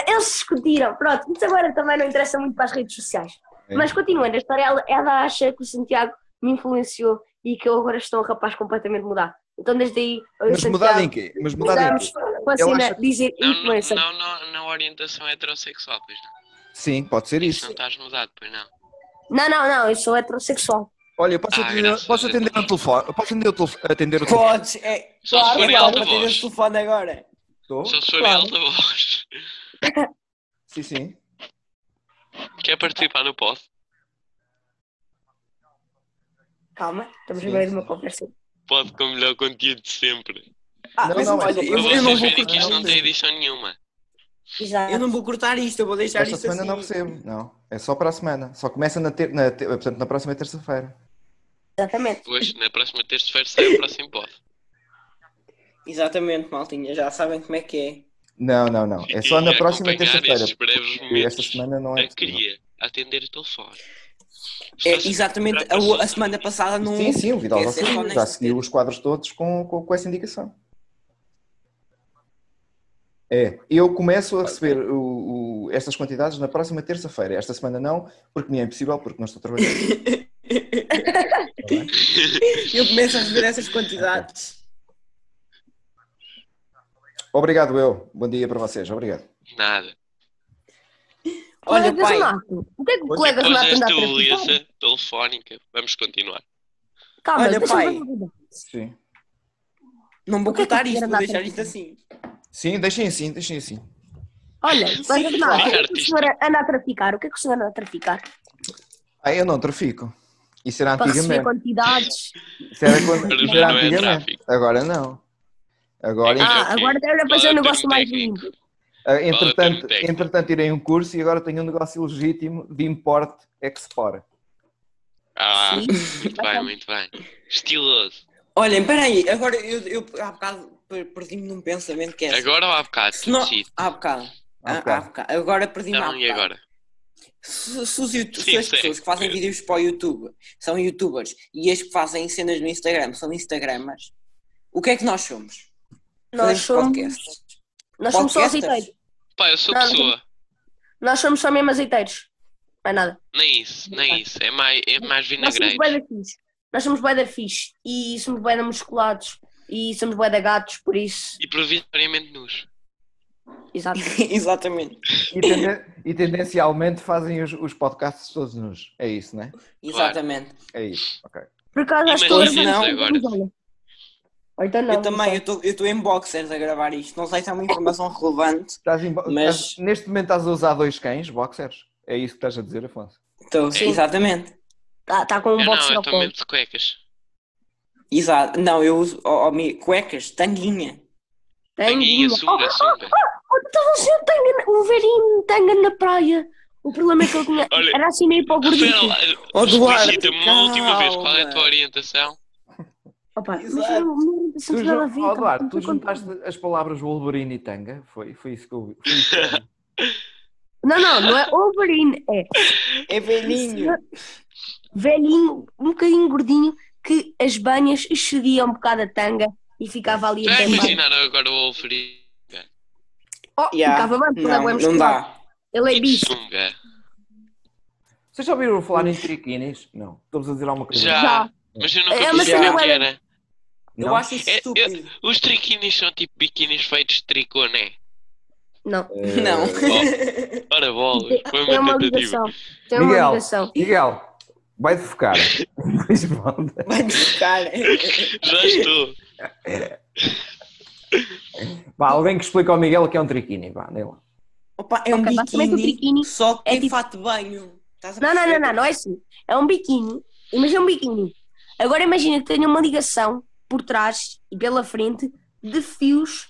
[SPEAKER 3] Eles se discutiram, pronto, isso agora também não interessa muito para as redes sociais.
[SPEAKER 4] É.
[SPEAKER 3] Mas continuando a história, ela, ela acha que o Santiago me influenciou e que eu agora estou um rapaz completamente mudado. Então desde aí, eu e o
[SPEAKER 4] Mas mudado em
[SPEAKER 3] Santiago
[SPEAKER 4] quê? Mas mudado em quê?
[SPEAKER 3] mudámos com a cena de tipo assim, né,
[SPEAKER 4] acha
[SPEAKER 3] dizer tipo,
[SPEAKER 2] Não, não,
[SPEAKER 3] influencer.
[SPEAKER 2] não, não, não orientação é heterossexual, pois não.
[SPEAKER 4] Sim, pode ser
[SPEAKER 2] Isso
[SPEAKER 4] isso.
[SPEAKER 2] não estás mudado, pois não.
[SPEAKER 3] Não, não, não, eu sou heterossexual.
[SPEAKER 4] Olha, eu posso
[SPEAKER 2] Ah,
[SPEAKER 4] atender,
[SPEAKER 2] graças
[SPEAKER 4] posso
[SPEAKER 2] a
[SPEAKER 4] atender
[SPEAKER 2] Deus.
[SPEAKER 4] o telefone? Eu Posso atender o telefone? Atender o telefone?
[SPEAKER 1] Podes, é.
[SPEAKER 2] Só se
[SPEAKER 1] Claro,
[SPEAKER 2] for
[SPEAKER 1] é
[SPEAKER 2] em
[SPEAKER 1] para
[SPEAKER 2] alta
[SPEAKER 1] bater
[SPEAKER 2] voz.
[SPEAKER 1] este telefone agora.
[SPEAKER 4] Estou?
[SPEAKER 2] Só se for em
[SPEAKER 1] Claro.
[SPEAKER 2] alta voz.
[SPEAKER 4] Sim, sim.
[SPEAKER 2] Quer participar no pod?
[SPEAKER 3] Calma, estamos
[SPEAKER 4] Sim,
[SPEAKER 3] a ver
[SPEAKER 4] sim.
[SPEAKER 3] uma conversa.
[SPEAKER 2] Pode com o melhor conteúdo de sempre.
[SPEAKER 1] Ah,
[SPEAKER 4] Não,
[SPEAKER 1] mas
[SPEAKER 4] não,
[SPEAKER 1] olha,
[SPEAKER 4] mas-
[SPEAKER 1] eu,
[SPEAKER 2] Para
[SPEAKER 1] eu não
[SPEAKER 2] vocês
[SPEAKER 1] vou
[SPEAKER 2] verem que isto não
[SPEAKER 1] cortar.
[SPEAKER 2] tem edição nenhuma.
[SPEAKER 3] Exato.
[SPEAKER 1] Eu não vou cortar isto, eu vou deixar
[SPEAKER 4] Esta
[SPEAKER 1] isto
[SPEAKER 4] semana
[SPEAKER 1] assim.
[SPEAKER 4] não recebo. Não, é só para a semana. Só começa na, ter... na, ter- portanto, na próxima é terça-feira.
[SPEAKER 3] Exatamente.
[SPEAKER 2] Depois, na próxima terça-feira, sai o próximo pod.
[SPEAKER 1] Exatamente, maltinha, já sabem como é que é.
[SPEAKER 4] Não, não, não. É só na
[SPEAKER 2] Fiquem a
[SPEAKER 4] próxima
[SPEAKER 2] acompanhar
[SPEAKER 4] terça-feira.
[SPEAKER 2] estes breves
[SPEAKER 4] Porque esta
[SPEAKER 2] momentos.
[SPEAKER 4] semana não é
[SPEAKER 2] Eu
[SPEAKER 4] possível.
[SPEAKER 2] queria atender o telefone.
[SPEAKER 1] É,
[SPEAKER 2] Está-se
[SPEAKER 1] exatamente,
[SPEAKER 2] procurar
[SPEAKER 1] a, a
[SPEAKER 2] pessoas.
[SPEAKER 1] semana passada não.
[SPEAKER 4] Sim, sim, o Vidal já,
[SPEAKER 1] Esquece, é só
[SPEAKER 2] né?
[SPEAKER 4] seguiu,
[SPEAKER 1] nesta
[SPEAKER 4] já seguiu
[SPEAKER 1] terça.
[SPEAKER 4] os quadros todos com, com, com essa indicação. É, eu começo a receber o- o- estas quantidades na próxima terça-feira. Esta semana não, porque me é impossível, porque não estou trabalhando.
[SPEAKER 1] Eu começo a receber essas quantidades.
[SPEAKER 4] Obrigado, eu. Bom dia para vocês, obrigado.
[SPEAKER 2] Nada.
[SPEAKER 1] Olha,
[SPEAKER 3] colegas
[SPEAKER 1] pai,
[SPEAKER 3] Nato. O que é que o
[SPEAKER 4] Pois
[SPEAKER 3] colegas
[SPEAKER 2] Depois
[SPEAKER 3] Nato anda a assim.
[SPEAKER 2] desta
[SPEAKER 3] perguntar?
[SPEAKER 2] beleza telefónica, vamos continuar.
[SPEAKER 3] Calma,
[SPEAKER 1] Olha,
[SPEAKER 3] deixa-me
[SPEAKER 1] pai.
[SPEAKER 3] ver uma coisa.
[SPEAKER 4] Sim.
[SPEAKER 1] não vou
[SPEAKER 3] o que é que
[SPEAKER 1] cortar
[SPEAKER 3] eu
[SPEAKER 1] isto,
[SPEAKER 3] quero
[SPEAKER 1] vou
[SPEAKER 3] dar
[SPEAKER 1] deixar
[SPEAKER 3] para
[SPEAKER 1] isto assim.
[SPEAKER 4] Sim, deixem assim, deixem assim.
[SPEAKER 3] Olha, colegas Nato, o que é que o
[SPEAKER 2] Artista.
[SPEAKER 3] senhor anda a traficar? O que é que o senhor anda a traficar?
[SPEAKER 4] Ah, eu não trafico. Isso era
[SPEAKER 3] Para receber
[SPEAKER 4] antigamente.
[SPEAKER 3] quantidades.
[SPEAKER 4] Isso era, quando-
[SPEAKER 2] Mas
[SPEAKER 4] isso
[SPEAKER 2] já
[SPEAKER 4] era
[SPEAKER 2] não é
[SPEAKER 4] antigamente.
[SPEAKER 2] tráfico.
[SPEAKER 4] Agora não. Agora,
[SPEAKER 2] Ah,
[SPEAKER 3] Ah,
[SPEAKER 2] ok.
[SPEAKER 3] agora deve
[SPEAKER 2] Qual é
[SPEAKER 3] fazer
[SPEAKER 2] o
[SPEAKER 3] um
[SPEAKER 2] termo
[SPEAKER 3] negócio mais
[SPEAKER 2] técnico?
[SPEAKER 3] lindo.
[SPEAKER 4] ah,
[SPEAKER 2] Fala, termo
[SPEAKER 4] entretanto,
[SPEAKER 2] técnico.
[SPEAKER 4] entretanto, tirei um curso e agora tenho um negócio legítimo de import-export.
[SPEAKER 2] Ah,
[SPEAKER 3] Sim.
[SPEAKER 2] muito bem, muito bem. Estiloso.
[SPEAKER 1] Olhem, peraí, agora eu, eu há bocado per- perdi-me num pensamento que é assim.
[SPEAKER 2] Agora ou há bocado?
[SPEAKER 1] Se não-
[SPEAKER 2] Decide.
[SPEAKER 1] Há bocado. Há
[SPEAKER 4] Há
[SPEAKER 1] há
[SPEAKER 4] bocado.
[SPEAKER 1] bocado. Agora perdi-me há
[SPEAKER 2] Então, e
[SPEAKER 1] bocado.
[SPEAKER 2] agora?
[SPEAKER 1] Se, se os yout-
[SPEAKER 2] Sim, É.
[SPEAKER 1] se as
[SPEAKER 2] sim.
[SPEAKER 1] pessoas que fazem vídeos para o YouTube são youtubers e as que fazem cenas no Instagram são instagramers, o que é que nós somos?
[SPEAKER 3] Nós
[SPEAKER 1] Fazemos
[SPEAKER 3] somos,
[SPEAKER 1] podcasts.
[SPEAKER 3] nós somos só
[SPEAKER 1] Podcasters?
[SPEAKER 3] azeiteiros.
[SPEAKER 2] Pá, eu sou
[SPEAKER 3] Não, não.
[SPEAKER 2] pessoa.
[SPEAKER 3] Nós somos só mesmo azeiteiros. Não é nada.
[SPEAKER 2] Nem isso, nem isso. É mais, é mais
[SPEAKER 3] Nós somos
[SPEAKER 2] vinagreiro.
[SPEAKER 3] bué da fixe. Nós somos bué da fixe. E somos bué da musculados. E somos bué da gatos, por isso.
[SPEAKER 2] E provisoriamente nus.
[SPEAKER 3] Exato.
[SPEAKER 1] Exatamente.
[SPEAKER 4] E, tenden- e tendencialmente fazem os, os podcasts todos nus. É isso, não é?
[SPEAKER 1] Exatamente.
[SPEAKER 4] É isso, ok.
[SPEAKER 3] Por acaso acho que
[SPEAKER 1] Imagina
[SPEAKER 3] eu-
[SPEAKER 1] não,
[SPEAKER 2] agora.
[SPEAKER 3] Ou então não.
[SPEAKER 1] eu também, eu tô- eu estou em boxers a gravar isto. Não sei se é uma informação relevante.
[SPEAKER 4] Estás em bo-
[SPEAKER 1] Mas-
[SPEAKER 4] estás- neste momento estás a usar dois cães, boxers? É isso que estás a dizer, Afonso?
[SPEAKER 1] Estou,
[SPEAKER 2] Sim.
[SPEAKER 1] exatamente.
[SPEAKER 3] Está com
[SPEAKER 2] Eu
[SPEAKER 3] um box
[SPEAKER 2] não, eu
[SPEAKER 3] no
[SPEAKER 2] estou
[SPEAKER 3] colo.
[SPEAKER 2] mesmo de cuecas.
[SPEAKER 1] Exato. Não, eu uso ó, ó, mi- cuecas, tanguinha.
[SPEAKER 2] Tanguinha,
[SPEAKER 3] Tanguinha. Oh,
[SPEAKER 2] sunga, sunga.
[SPEAKER 3] estava assim o tanga, na- o verinho tanga na praia. O problema é que ele tinha.
[SPEAKER 2] Olha,
[SPEAKER 3] Era assim meio para
[SPEAKER 1] oh,
[SPEAKER 3] o gordinho.
[SPEAKER 2] Rafael,
[SPEAKER 1] Ó, Duarte,
[SPEAKER 2] explicita-me uma última vez qual é a tua
[SPEAKER 1] calma.
[SPEAKER 2] orientação.
[SPEAKER 3] Opa, mas
[SPEAKER 1] Exato.
[SPEAKER 3] eu não tenho nada a ver.
[SPEAKER 4] oh,
[SPEAKER 3] cara.
[SPEAKER 4] Eduardo,
[SPEAKER 3] Não
[SPEAKER 4] tu
[SPEAKER 3] sei quanto-
[SPEAKER 4] juntaste as palavras Wolverine e Tanga? Foi, foi isso que eu foi isso que eu ouvi.
[SPEAKER 3] Não, não, não é Wolverine, é
[SPEAKER 1] É velhinho.
[SPEAKER 3] velhinho, um bocadinho gordinho, que as banhas excedia um bocado a tanga e ficava ali a
[SPEAKER 2] Já
[SPEAKER 3] bem bem.
[SPEAKER 2] imaginaram agora o Wolverine?
[SPEAKER 3] Oh,
[SPEAKER 1] Yeah.
[SPEAKER 3] ficava bem, porque ele é
[SPEAKER 1] Não,
[SPEAKER 3] bem
[SPEAKER 1] não
[SPEAKER 3] musculado.
[SPEAKER 1] dá.
[SPEAKER 3] Ele é
[SPEAKER 2] E
[SPEAKER 3] bicho.
[SPEAKER 2] tipo sunga.
[SPEAKER 4] Vocês já ouviram falar em triquinis? Não. Estou-vos a dizer alguma coisa?
[SPEAKER 2] Já.
[SPEAKER 3] Já.
[SPEAKER 2] Mas eu
[SPEAKER 3] É
[SPEAKER 2] nunca
[SPEAKER 1] uma
[SPEAKER 2] percebi
[SPEAKER 1] cena
[SPEAKER 2] o que
[SPEAKER 3] bué-
[SPEAKER 2] era.
[SPEAKER 4] Não?
[SPEAKER 1] Eu acho isso
[SPEAKER 2] É- é-
[SPEAKER 1] estúpido.
[SPEAKER 2] Os triquinis são tipo biquinis feitos de tricô, né?
[SPEAKER 3] Não.
[SPEAKER 4] Eh,
[SPEAKER 1] Não.
[SPEAKER 2] Ora bolas, foi
[SPEAKER 3] Tem É, uma
[SPEAKER 2] uma tentativa.
[SPEAKER 3] ligação. Tem uma
[SPEAKER 4] Miguel,
[SPEAKER 3] ligação.
[SPEAKER 4] Miguel, vai focar. Responda.
[SPEAKER 1] Vai né? buscar.
[SPEAKER 2] Já estou.
[SPEAKER 4] Vá, alguém que explica ao Miguel que é um triquini, vá, nem lá.
[SPEAKER 1] Opa, é um
[SPEAKER 3] Ok, basicamente o
[SPEAKER 1] biquíni,
[SPEAKER 3] biquíni
[SPEAKER 1] só que
[SPEAKER 3] é
[SPEAKER 1] tem
[SPEAKER 3] tipo-
[SPEAKER 1] fato de banho. Estás a
[SPEAKER 3] Não, não, não,
[SPEAKER 1] perceber?
[SPEAKER 3] não, não é assim. É um biquíni. Imagina um biquíni. Agora imagina que tenha uma ligação por trás e pela frente de fios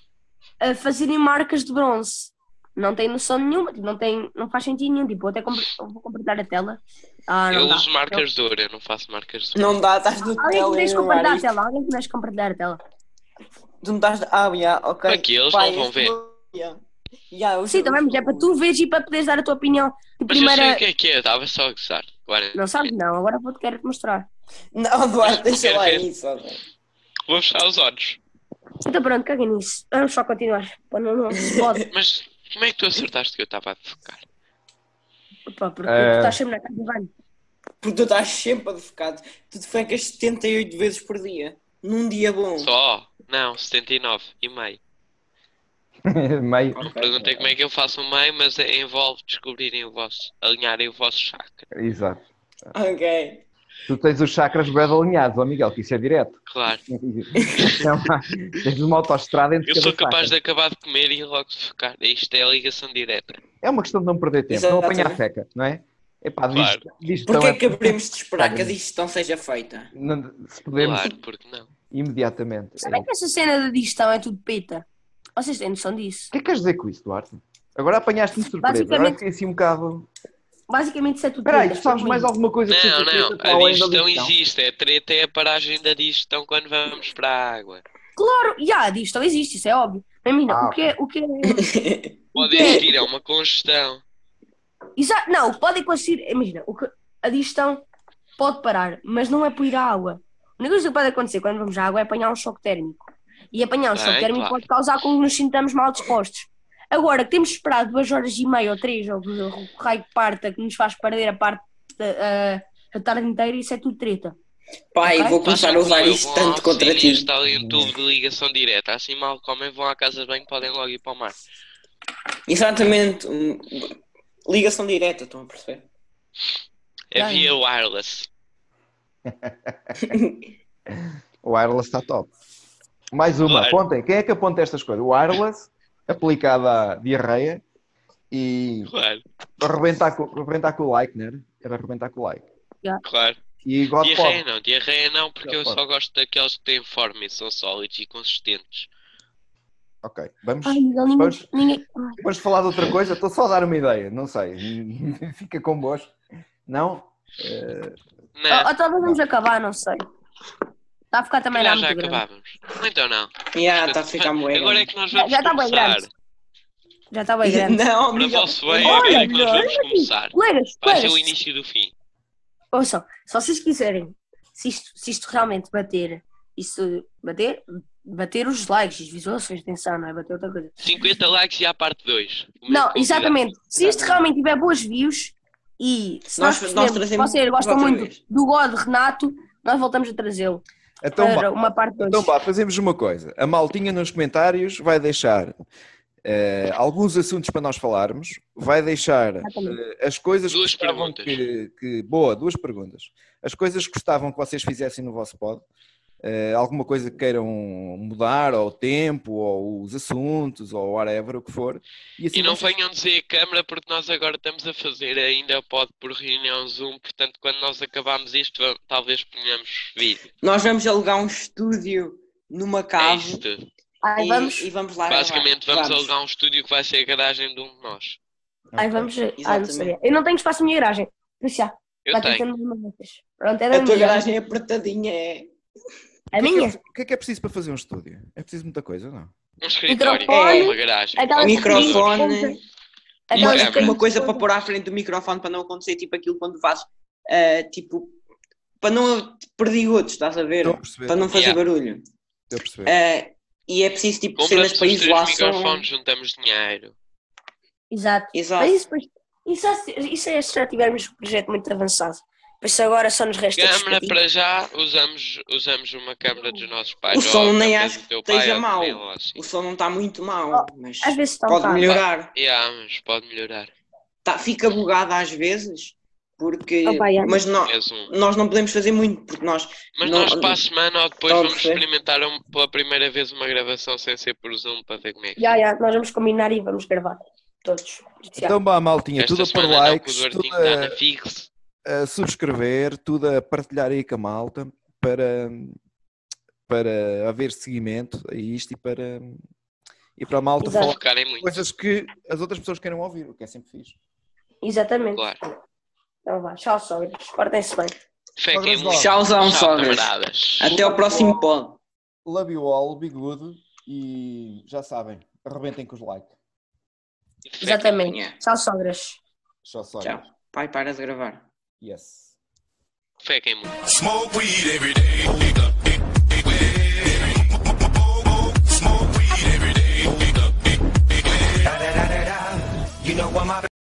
[SPEAKER 3] a fazerem marcas de bronze. Não tem noção nenhuma, tipo, não, tem, não faz sentido nenhum. Tipo, vou até compre- vou completar a tela. Ah, não
[SPEAKER 2] Eu
[SPEAKER 3] dá.
[SPEAKER 2] uso marcas de ouro, eu não faço marcas de ouro.
[SPEAKER 1] Não dá, estás no
[SPEAKER 3] Alguém que me deixe completar a
[SPEAKER 1] tele.
[SPEAKER 3] tela, alguém que me deixe completar a tela.
[SPEAKER 1] Tu não estás. Ah, já, ok.
[SPEAKER 2] Aqui, eles
[SPEAKER 1] Pá,
[SPEAKER 2] não vão
[SPEAKER 1] este
[SPEAKER 2] ver.
[SPEAKER 1] não- já. Já, eu
[SPEAKER 3] Sim,
[SPEAKER 1] sei-
[SPEAKER 3] também, mas é para tu veres e para poderes dar a tua opinião. De
[SPEAKER 2] Mas eu sei o
[SPEAKER 3] primeira.
[SPEAKER 2] que é que é, estava só a gozar. Agora,
[SPEAKER 3] Não sabes, não, agora vou-te quero te mostrar.
[SPEAKER 1] Não, Duarte, deixa
[SPEAKER 2] Quero
[SPEAKER 1] lá
[SPEAKER 2] ver.
[SPEAKER 1] isso. ó.
[SPEAKER 2] vou fechar os olhos.
[SPEAKER 3] Então pronto, caga nisso. Vamos só continuar. Pô, não, não se pode.
[SPEAKER 2] Mas como é que tu acertaste que eu estava a focar?
[SPEAKER 3] Opa, porque
[SPEAKER 4] É.
[SPEAKER 3] tu estás sempre na casa de banho.
[SPEAKER 1] Porque tu estás sempre a defecar. Tu defecas 78 vezes por dia. Num dia bom.
[SPEAKER 2] Só? Não, 79 e meio.
[SPEAKER 4] Meio.
[SPEAKER 2] Não perguntei como é que eu faço um meio, mas é- envolve descobrirem o vosso, alinharem o vosso chakra.
[SPEAKER 4] Exato.
[SPEAKER 1] Ok.
[SPEAKER 4] Tu tens os chakras bem alinhados, ó Miguel, que isso é direto.
[SPEAKER 2] Claro.
[SPEAKER 4] É uma- tens uma autoestrada entre
[SPEAKER 2] Eu
[SPEAKER 3] é
[SPEAKER 4] cada
[SPEAKER 2] sou capaz de
[SPEAKER 4] chakra.
[SPEAKER 2] acabar de comer e logo de focar. Isto é a ligação direta.
[SPEAKER 4] É uma questão de não perder tempo, não apanhar
[SPEAKER 1] Exatamente.
[SPEAKER 4] seca, não é? Epá,
[SPEAKER 2] Claro.
[SPEAKER 4] disto, disto
[SPEAKER 1] Porquê
[SPEAKER 4] não é-
[SPEAKER 1] que haveremos de esperar que a digestão seja feita?
[SPEAKER 4] não- se podemos
[SPEAKER 2] Claro, porque não?
[SPEAKER 4] imediatamente. É.
[SPEAKER 3] Será que essa cena da digestão é tudo peta? Vocês têm noção disso?
[SPEAKER 4] O que é que queres dizer com isso, Duarte? Agora apanhaste-me de surpresa. Agora
[SPEAKER 3] Basicamente-
[SPEAKER 4] fiquei assim um bocado.
[SPEAKER 3] Basicamente isso é tudo
[SPEAKER 4] Espera aí,
[SPEAKER 3] peta.
[SPEAKER 4] tu sabes mais alguma coisa que
[SPEAKER 2] Não,
[SPEAKER 4] seja feita
[SPEAKER 2] não,
[SPEAKER 4] para
[SPEAKER 2] a
[SPEAKER 4] além da
[SPEAKER 2] digestão
[SPEAKER 4] digestão?
[SPEAKER 2] existe, a treta é a paragem da digestão quando vamos para a água.
[SPEAKER 3] Claro, já, a digestão existe, isso é óbvio. Mas mira,
[SPEAKER 4] Ah,
[SPEAKER 3] o que é. O que é...
[SPEAKER 2] Pode existir, é uma congestão.
[SPEAKER 3] Exato, não, pode acontecer. Imagina, o que- a digestão pode parar, mas não é por ir à água. A única coisa que pode acontecer quando vamos à água é apanhar um choque térmico. E apanhar um
[SPEAKER 2] Bem,
[SPEAKER 3] choque térmico
[SPEAKER 2] É, claro.
[SPEAKER 3] pode causar com que nos sintamos mal dispostos. Agora que temos de esperar duas horas e meia ou três, ou que o raio que parta que nos faz perder a parte da- a, a tarde inteira, isso é tudo treta.
[SPEAKER 1] Pai,
[SPEAKER 3] Ok.
[SPEAKER 1] vou
[SPEAKER 2] então
[SPEAKER 1] começar a usar isto tanto contra ti.
[SPEAKER 2] Está ali um tubo de ligação direta. Assim mal comem, vão à casa de banho, podem logo ir para o mar.
[SPEAKER 1] Exatamente. hum, Ligação direta, estão a perceber?
[SPEAKER 2] É
[SPEAKER 3] Ah,
[SPEAKER 2] via wireless.
[SPEAKER 4] O wireless está top. Mais uma,
[SPEAKER 2] Claro.
[SPEAKER 4] apontem. Quem é que aponta estas coisas? O wireless, aplicado à diarreia e
[SPEAKER 2] Claro,
[SPEAKER 4] arrebentar com, arrebentar com o like, não era? Era arrebentar com o like.
[SPEAKER 2] claro.
[SPEAKER 4] E God
[SPEAKER 2] Diarreia
[SPEAKER 4] pop.
[SPEAKER 2] não, diarreia não, porque eu
[SPEAKER 4] Pode.
[SPEAKER 2] só gosto daqueles que têm forma e são sólidos e consistentes.
[SPEAKER 4] Ok, vamos,
[SPEAKER 3] Ai, Miguel, ninguém.
[SPEAKER 4] Pois.
[SPEAKER 3] ninguém
[SPEAKER 4] vamos falar de outra coisa. Estou só a dar uma ideia, não sei. Fica convosco. Não? Eh,
[SPEAKER 2] Não,
[SPEAKER 3] Ou, ou talvez vamos acabar, não sei. Está a ficar Ah, também lá
[SPEAKER 2] calhar já
[SPEAKER 3] muito grande.
[SPEAKER 2] acabávamos. Então não.
[SPEAKER 1] Já, está Ah, tá a ficar moeiro.
[SPEAKER 2] Agora é que nós vamos
[SPEAKER 3] Já está bem
[SPEAKER 2] começar.
[SPEAKER 3] grande. Já está bem grande.
[SPEAKER 1] Não,
[SPEAKER 2] Para
[SPEAKER 1] Miguel.
[SPEAKER 2] vosso bem,
[SPEAKER 3] Olha,
[SPEAKER 2] agora é que nós
[SPEAKER 3] olha
[SPEAKER 2] vamos começar.
[SPEAKER 3] Colegas,
[SPEAKER 2] Vai ser
[SPEAKER 3] colegas,
[SPEAKER 2] é o início do fim.
[SPEAKER 3] Ouçam, se vocês quiserem, se isto, se isto realmente bater, isso bater, bater os likes, as visualizações, atenção, não é bater outra coisa.
[SPEAKER 2] 50 likes e à parte 2.
[SPEAKER 3] Não, exatamente. Se isto
[SPEAKER 1] Exatamente.
[SPEAKER 3] realmente tiver boas views e se
[SPEAKER 1] Nós-
[SPEAKER 3] nós,
[SPEAKER 1] nós
[SPEAKER 3] percebemos que
[SPEAKER 1] trazemos
[SPEAKER 3] vocês gostam
[SPEAKER 1] outra
[SPEAKER 3] muito
[SPEAKER 1] vez.
[SPEAKER 3] do God Renato, nós voltamos a trazê-lo
[SPEAKER 7] Então, vá.
[SPEAKER 3] para uma parte 2.
[SPEAKER 7] Então vá, fazemos uma coisa. A maltinha nos comentários vai deixar eh, alguns assuntos para nós falarmos, vai deixar
[SPEAKER 3] Exatamente.
[SPEAKER 7] eh, as coisas
[SPEAKER 2] Duas
[SPEAKER 7] gostavam
[SPEAKER 2] perguntas.
[SPEAKER 7] que, que- Boa, duas perguntas. As coisas que gostavam que vocês fizessem no vosso pod, eh, alguma coisa que queiram mudar, ou o tempo, ou os assuntos, ou whatever, o que for. assim
[SPEAKER 2] E não
[SPEAKER 7] vocês-
[SPEAKER 2] venham dizer a câmara porque nós agora estamos a fazer ainda pode por reunião Zoom, portanto quando nós acabarmos isto va- talvez ponhamos vídeo.
[SPEAKER 1] Nós vamos alugar um estúdio numa
[SPEAKER 2] É
[SPEAKER 1] cave
[SPEAKER 2] isto.
[SPEAKER 3] Aí
[SPEAKER 1] e,
[SPEAKER 3] vamos,
[SPEAKER 1] e vamos lá.
[SPEAKER 2] Basicamente
[SPEAKER 1] gravar.
[SPEAKER 2] vamos alugar um estúdio que vai ser a garagem de um de nós.
[SPEAKER 3] aí vamos. Ai, não
[SPEAKER 1] Exatamente.
[SPEAKER 3] sabia. Eu não tenho espaço na minha garagem. Por isso já,
[SPEAKER 2] Eu
[SPEAKER 3] vai
[SPEAKER 2] tenho.
[SPEAKER 3] tentando uma vocês. Pronto,
[SPEAKER 2] um
[SPEAKER 3] é da
[SPEAKER 1] A tua
[SPEAKER 3] minha.
[SPEAKER 1] garagem é apertadinha, é.
[SPEAKER 3] A
[SPEAKER 7] O que é que
[SPEAKER 3] minha.
[SPEAKER 7] é- O que é que é preciso para fazer um estúdio? É preciso muita coisa, não?
[SPEAKER 2] Um escritório,
[SPEAKER 3] Microfone,
[SPEAKER 2] uma garagem.
[SPEAKER 3] aquelas
[SPEAKER 1] Microfone.
[SPEAKER 2] Uma-
[SPEAKER 3] Aquelas
[SPEAKER 2] né?
[SPEAKER 3] pequenas
[SPEAKER 1] é Uma coisa para
[SPEAKER 3] coisas.
[SPEAKER 1] pôr à frente do microfone para não acontecer tipo aquilo quando fazes. ah, tipo. Para não perder outros, estás a ver?
[SPEAKER 2] um
[SPEAKER 7] Estou a perceber.
[SPEAKER 1] Para não fazer
[SPEAKER 2] Yeah.
[SPEAKER 1] barulho.
[SPEAKER 7] Estou a perceber.
[SPEAKER 1] Ah, e é preciso tipo
[SPEAKER 2] Compramos
[SPEAKER 1] cenas
[SPEAKER 2] os
[SPEAKER 1] para
[SPEAKER 2] três
[SPEAKER 1] isolação.
[SPEAKER 2] microfones, juntamos dinheiro.
[SPEAKER 3] Exato. Mas
[SPEAKER 2] Tá.
[SPEAKER 1] Exato.
[SPEAKER 3] É isso, depois- isso, é- isso é se já tivermos um projeto muito avançado. Por isso agora só nos resta
[SPEAKER 2] Câmara
[SPEAKER 3] despedir.
[SPEAKER 2] para já usamos, usamos uma câmara dos nossos pais.
[SPEAKER 1] O
[SPEAKER 2] ou a
[SPEAKER 1] som nem
[SPEAKER 2] câmara
[SPEAKER 1] acho
[SPEAKER 2] do teu
[SPEAKER 1] que esteja
[SPEAKER 2] pai, ou do
[SPEAKER 1] mau.
[SPEAKER 2] meu, ou assim.
[SPEAKER 1] O som não está muito mau, mas
[SPEAKER 3] Às vezes está um
[SPEAKER 1] pode
[SPEAKER 3] bocado.
[SPEAKER 1] melhorar.
[SPEAKER 2] Yeah, mas pode melhorar.
[SPEAKER 1] Tá, fica bugada às vezes, porque.
[SPEAKER 3] Ah, pá, é.
[SPEAKER 1] Mas não,
[SPEAKER 2] És um-
[SPEAKER 1] nós não podemos fazer muito, porque nós.
[SPEAKER 2] Mas
[SPEAKER 1] Não-
[SPEAKER 2] nós para a semana ou depois
[SPEAKER 1] Não,
[SPEAKER 2] vamos
[SPEAKER 1] sei.
[SPEAKER 2] experimentar um- pela primeira vez uma gravação sem ser por Zoom para ver como é que
[SPEAKER 3] Já, já, nós vamos combinar e vamos gravar. Todos. Já.
[SPEAKER 7] Então vá, maltinha,
[SPEAKER 2] Esta
[SPEAKER 7] tudo a pôr
[SPEAKER 2] semana não, que
[SPEAKER 7] likes,
[SPEAKER 2] o Duarte
[SPEAKER 7] tudo
[SPEAKER 2] ainda está
[SPEAKER 7] a,
[SPEAKER 2] na fixe.
[SPEAKER 7] a subscrever, tudo a partilhar aí com a malta, para
[SPEAKER 4] para, para haver seguimento a isto e para, e para a malta
[SPEAKER 3] Exato.
[SPEAKER 4] falar
[SPEAKER 2] Focarem muito.
[SPEAKER 4] coisas que as outras pessoas queiram ouvir, o que é sempre fixe.
[SPEAKER 3] Exatamente.
[SPEAKER 2] Claro.
[SPEAKER 3] Então vá, tchau, sogras. Portem-se bem.
[SPEAKER 2] Fiquem
[SPEAKER 4] Sogras
[SPEAKER 2] muito.
[SPEAKER 4] lá.
[SPEAKER 1] Tchauzão,
[SPEAKER 2] Tchau,
[SPEAKER 1] sogras.
[SPEAKER 2] camaradas.
[SPEAKER 1] Até ao próximo pod.
[SPEAKER 4] Love you all, big good e já sabem, arrebentem com os likes.
[SPEAKER 2] Fiquem
[SPEAKER 3] Exatamente.
[SPEAKER 1] yeah.
[SPEAKER 3] Tchau, sogras.
[SPEAKER 4] Só só.
[SPEAKER 1] Tchau. Pai, para de gravar.
[SPEAKER 4] Yes.
[SPEAKER 2] Fiquem muito.
[SPEAKER 8] Smoke weed every day. Smoke weed every day. You know I'm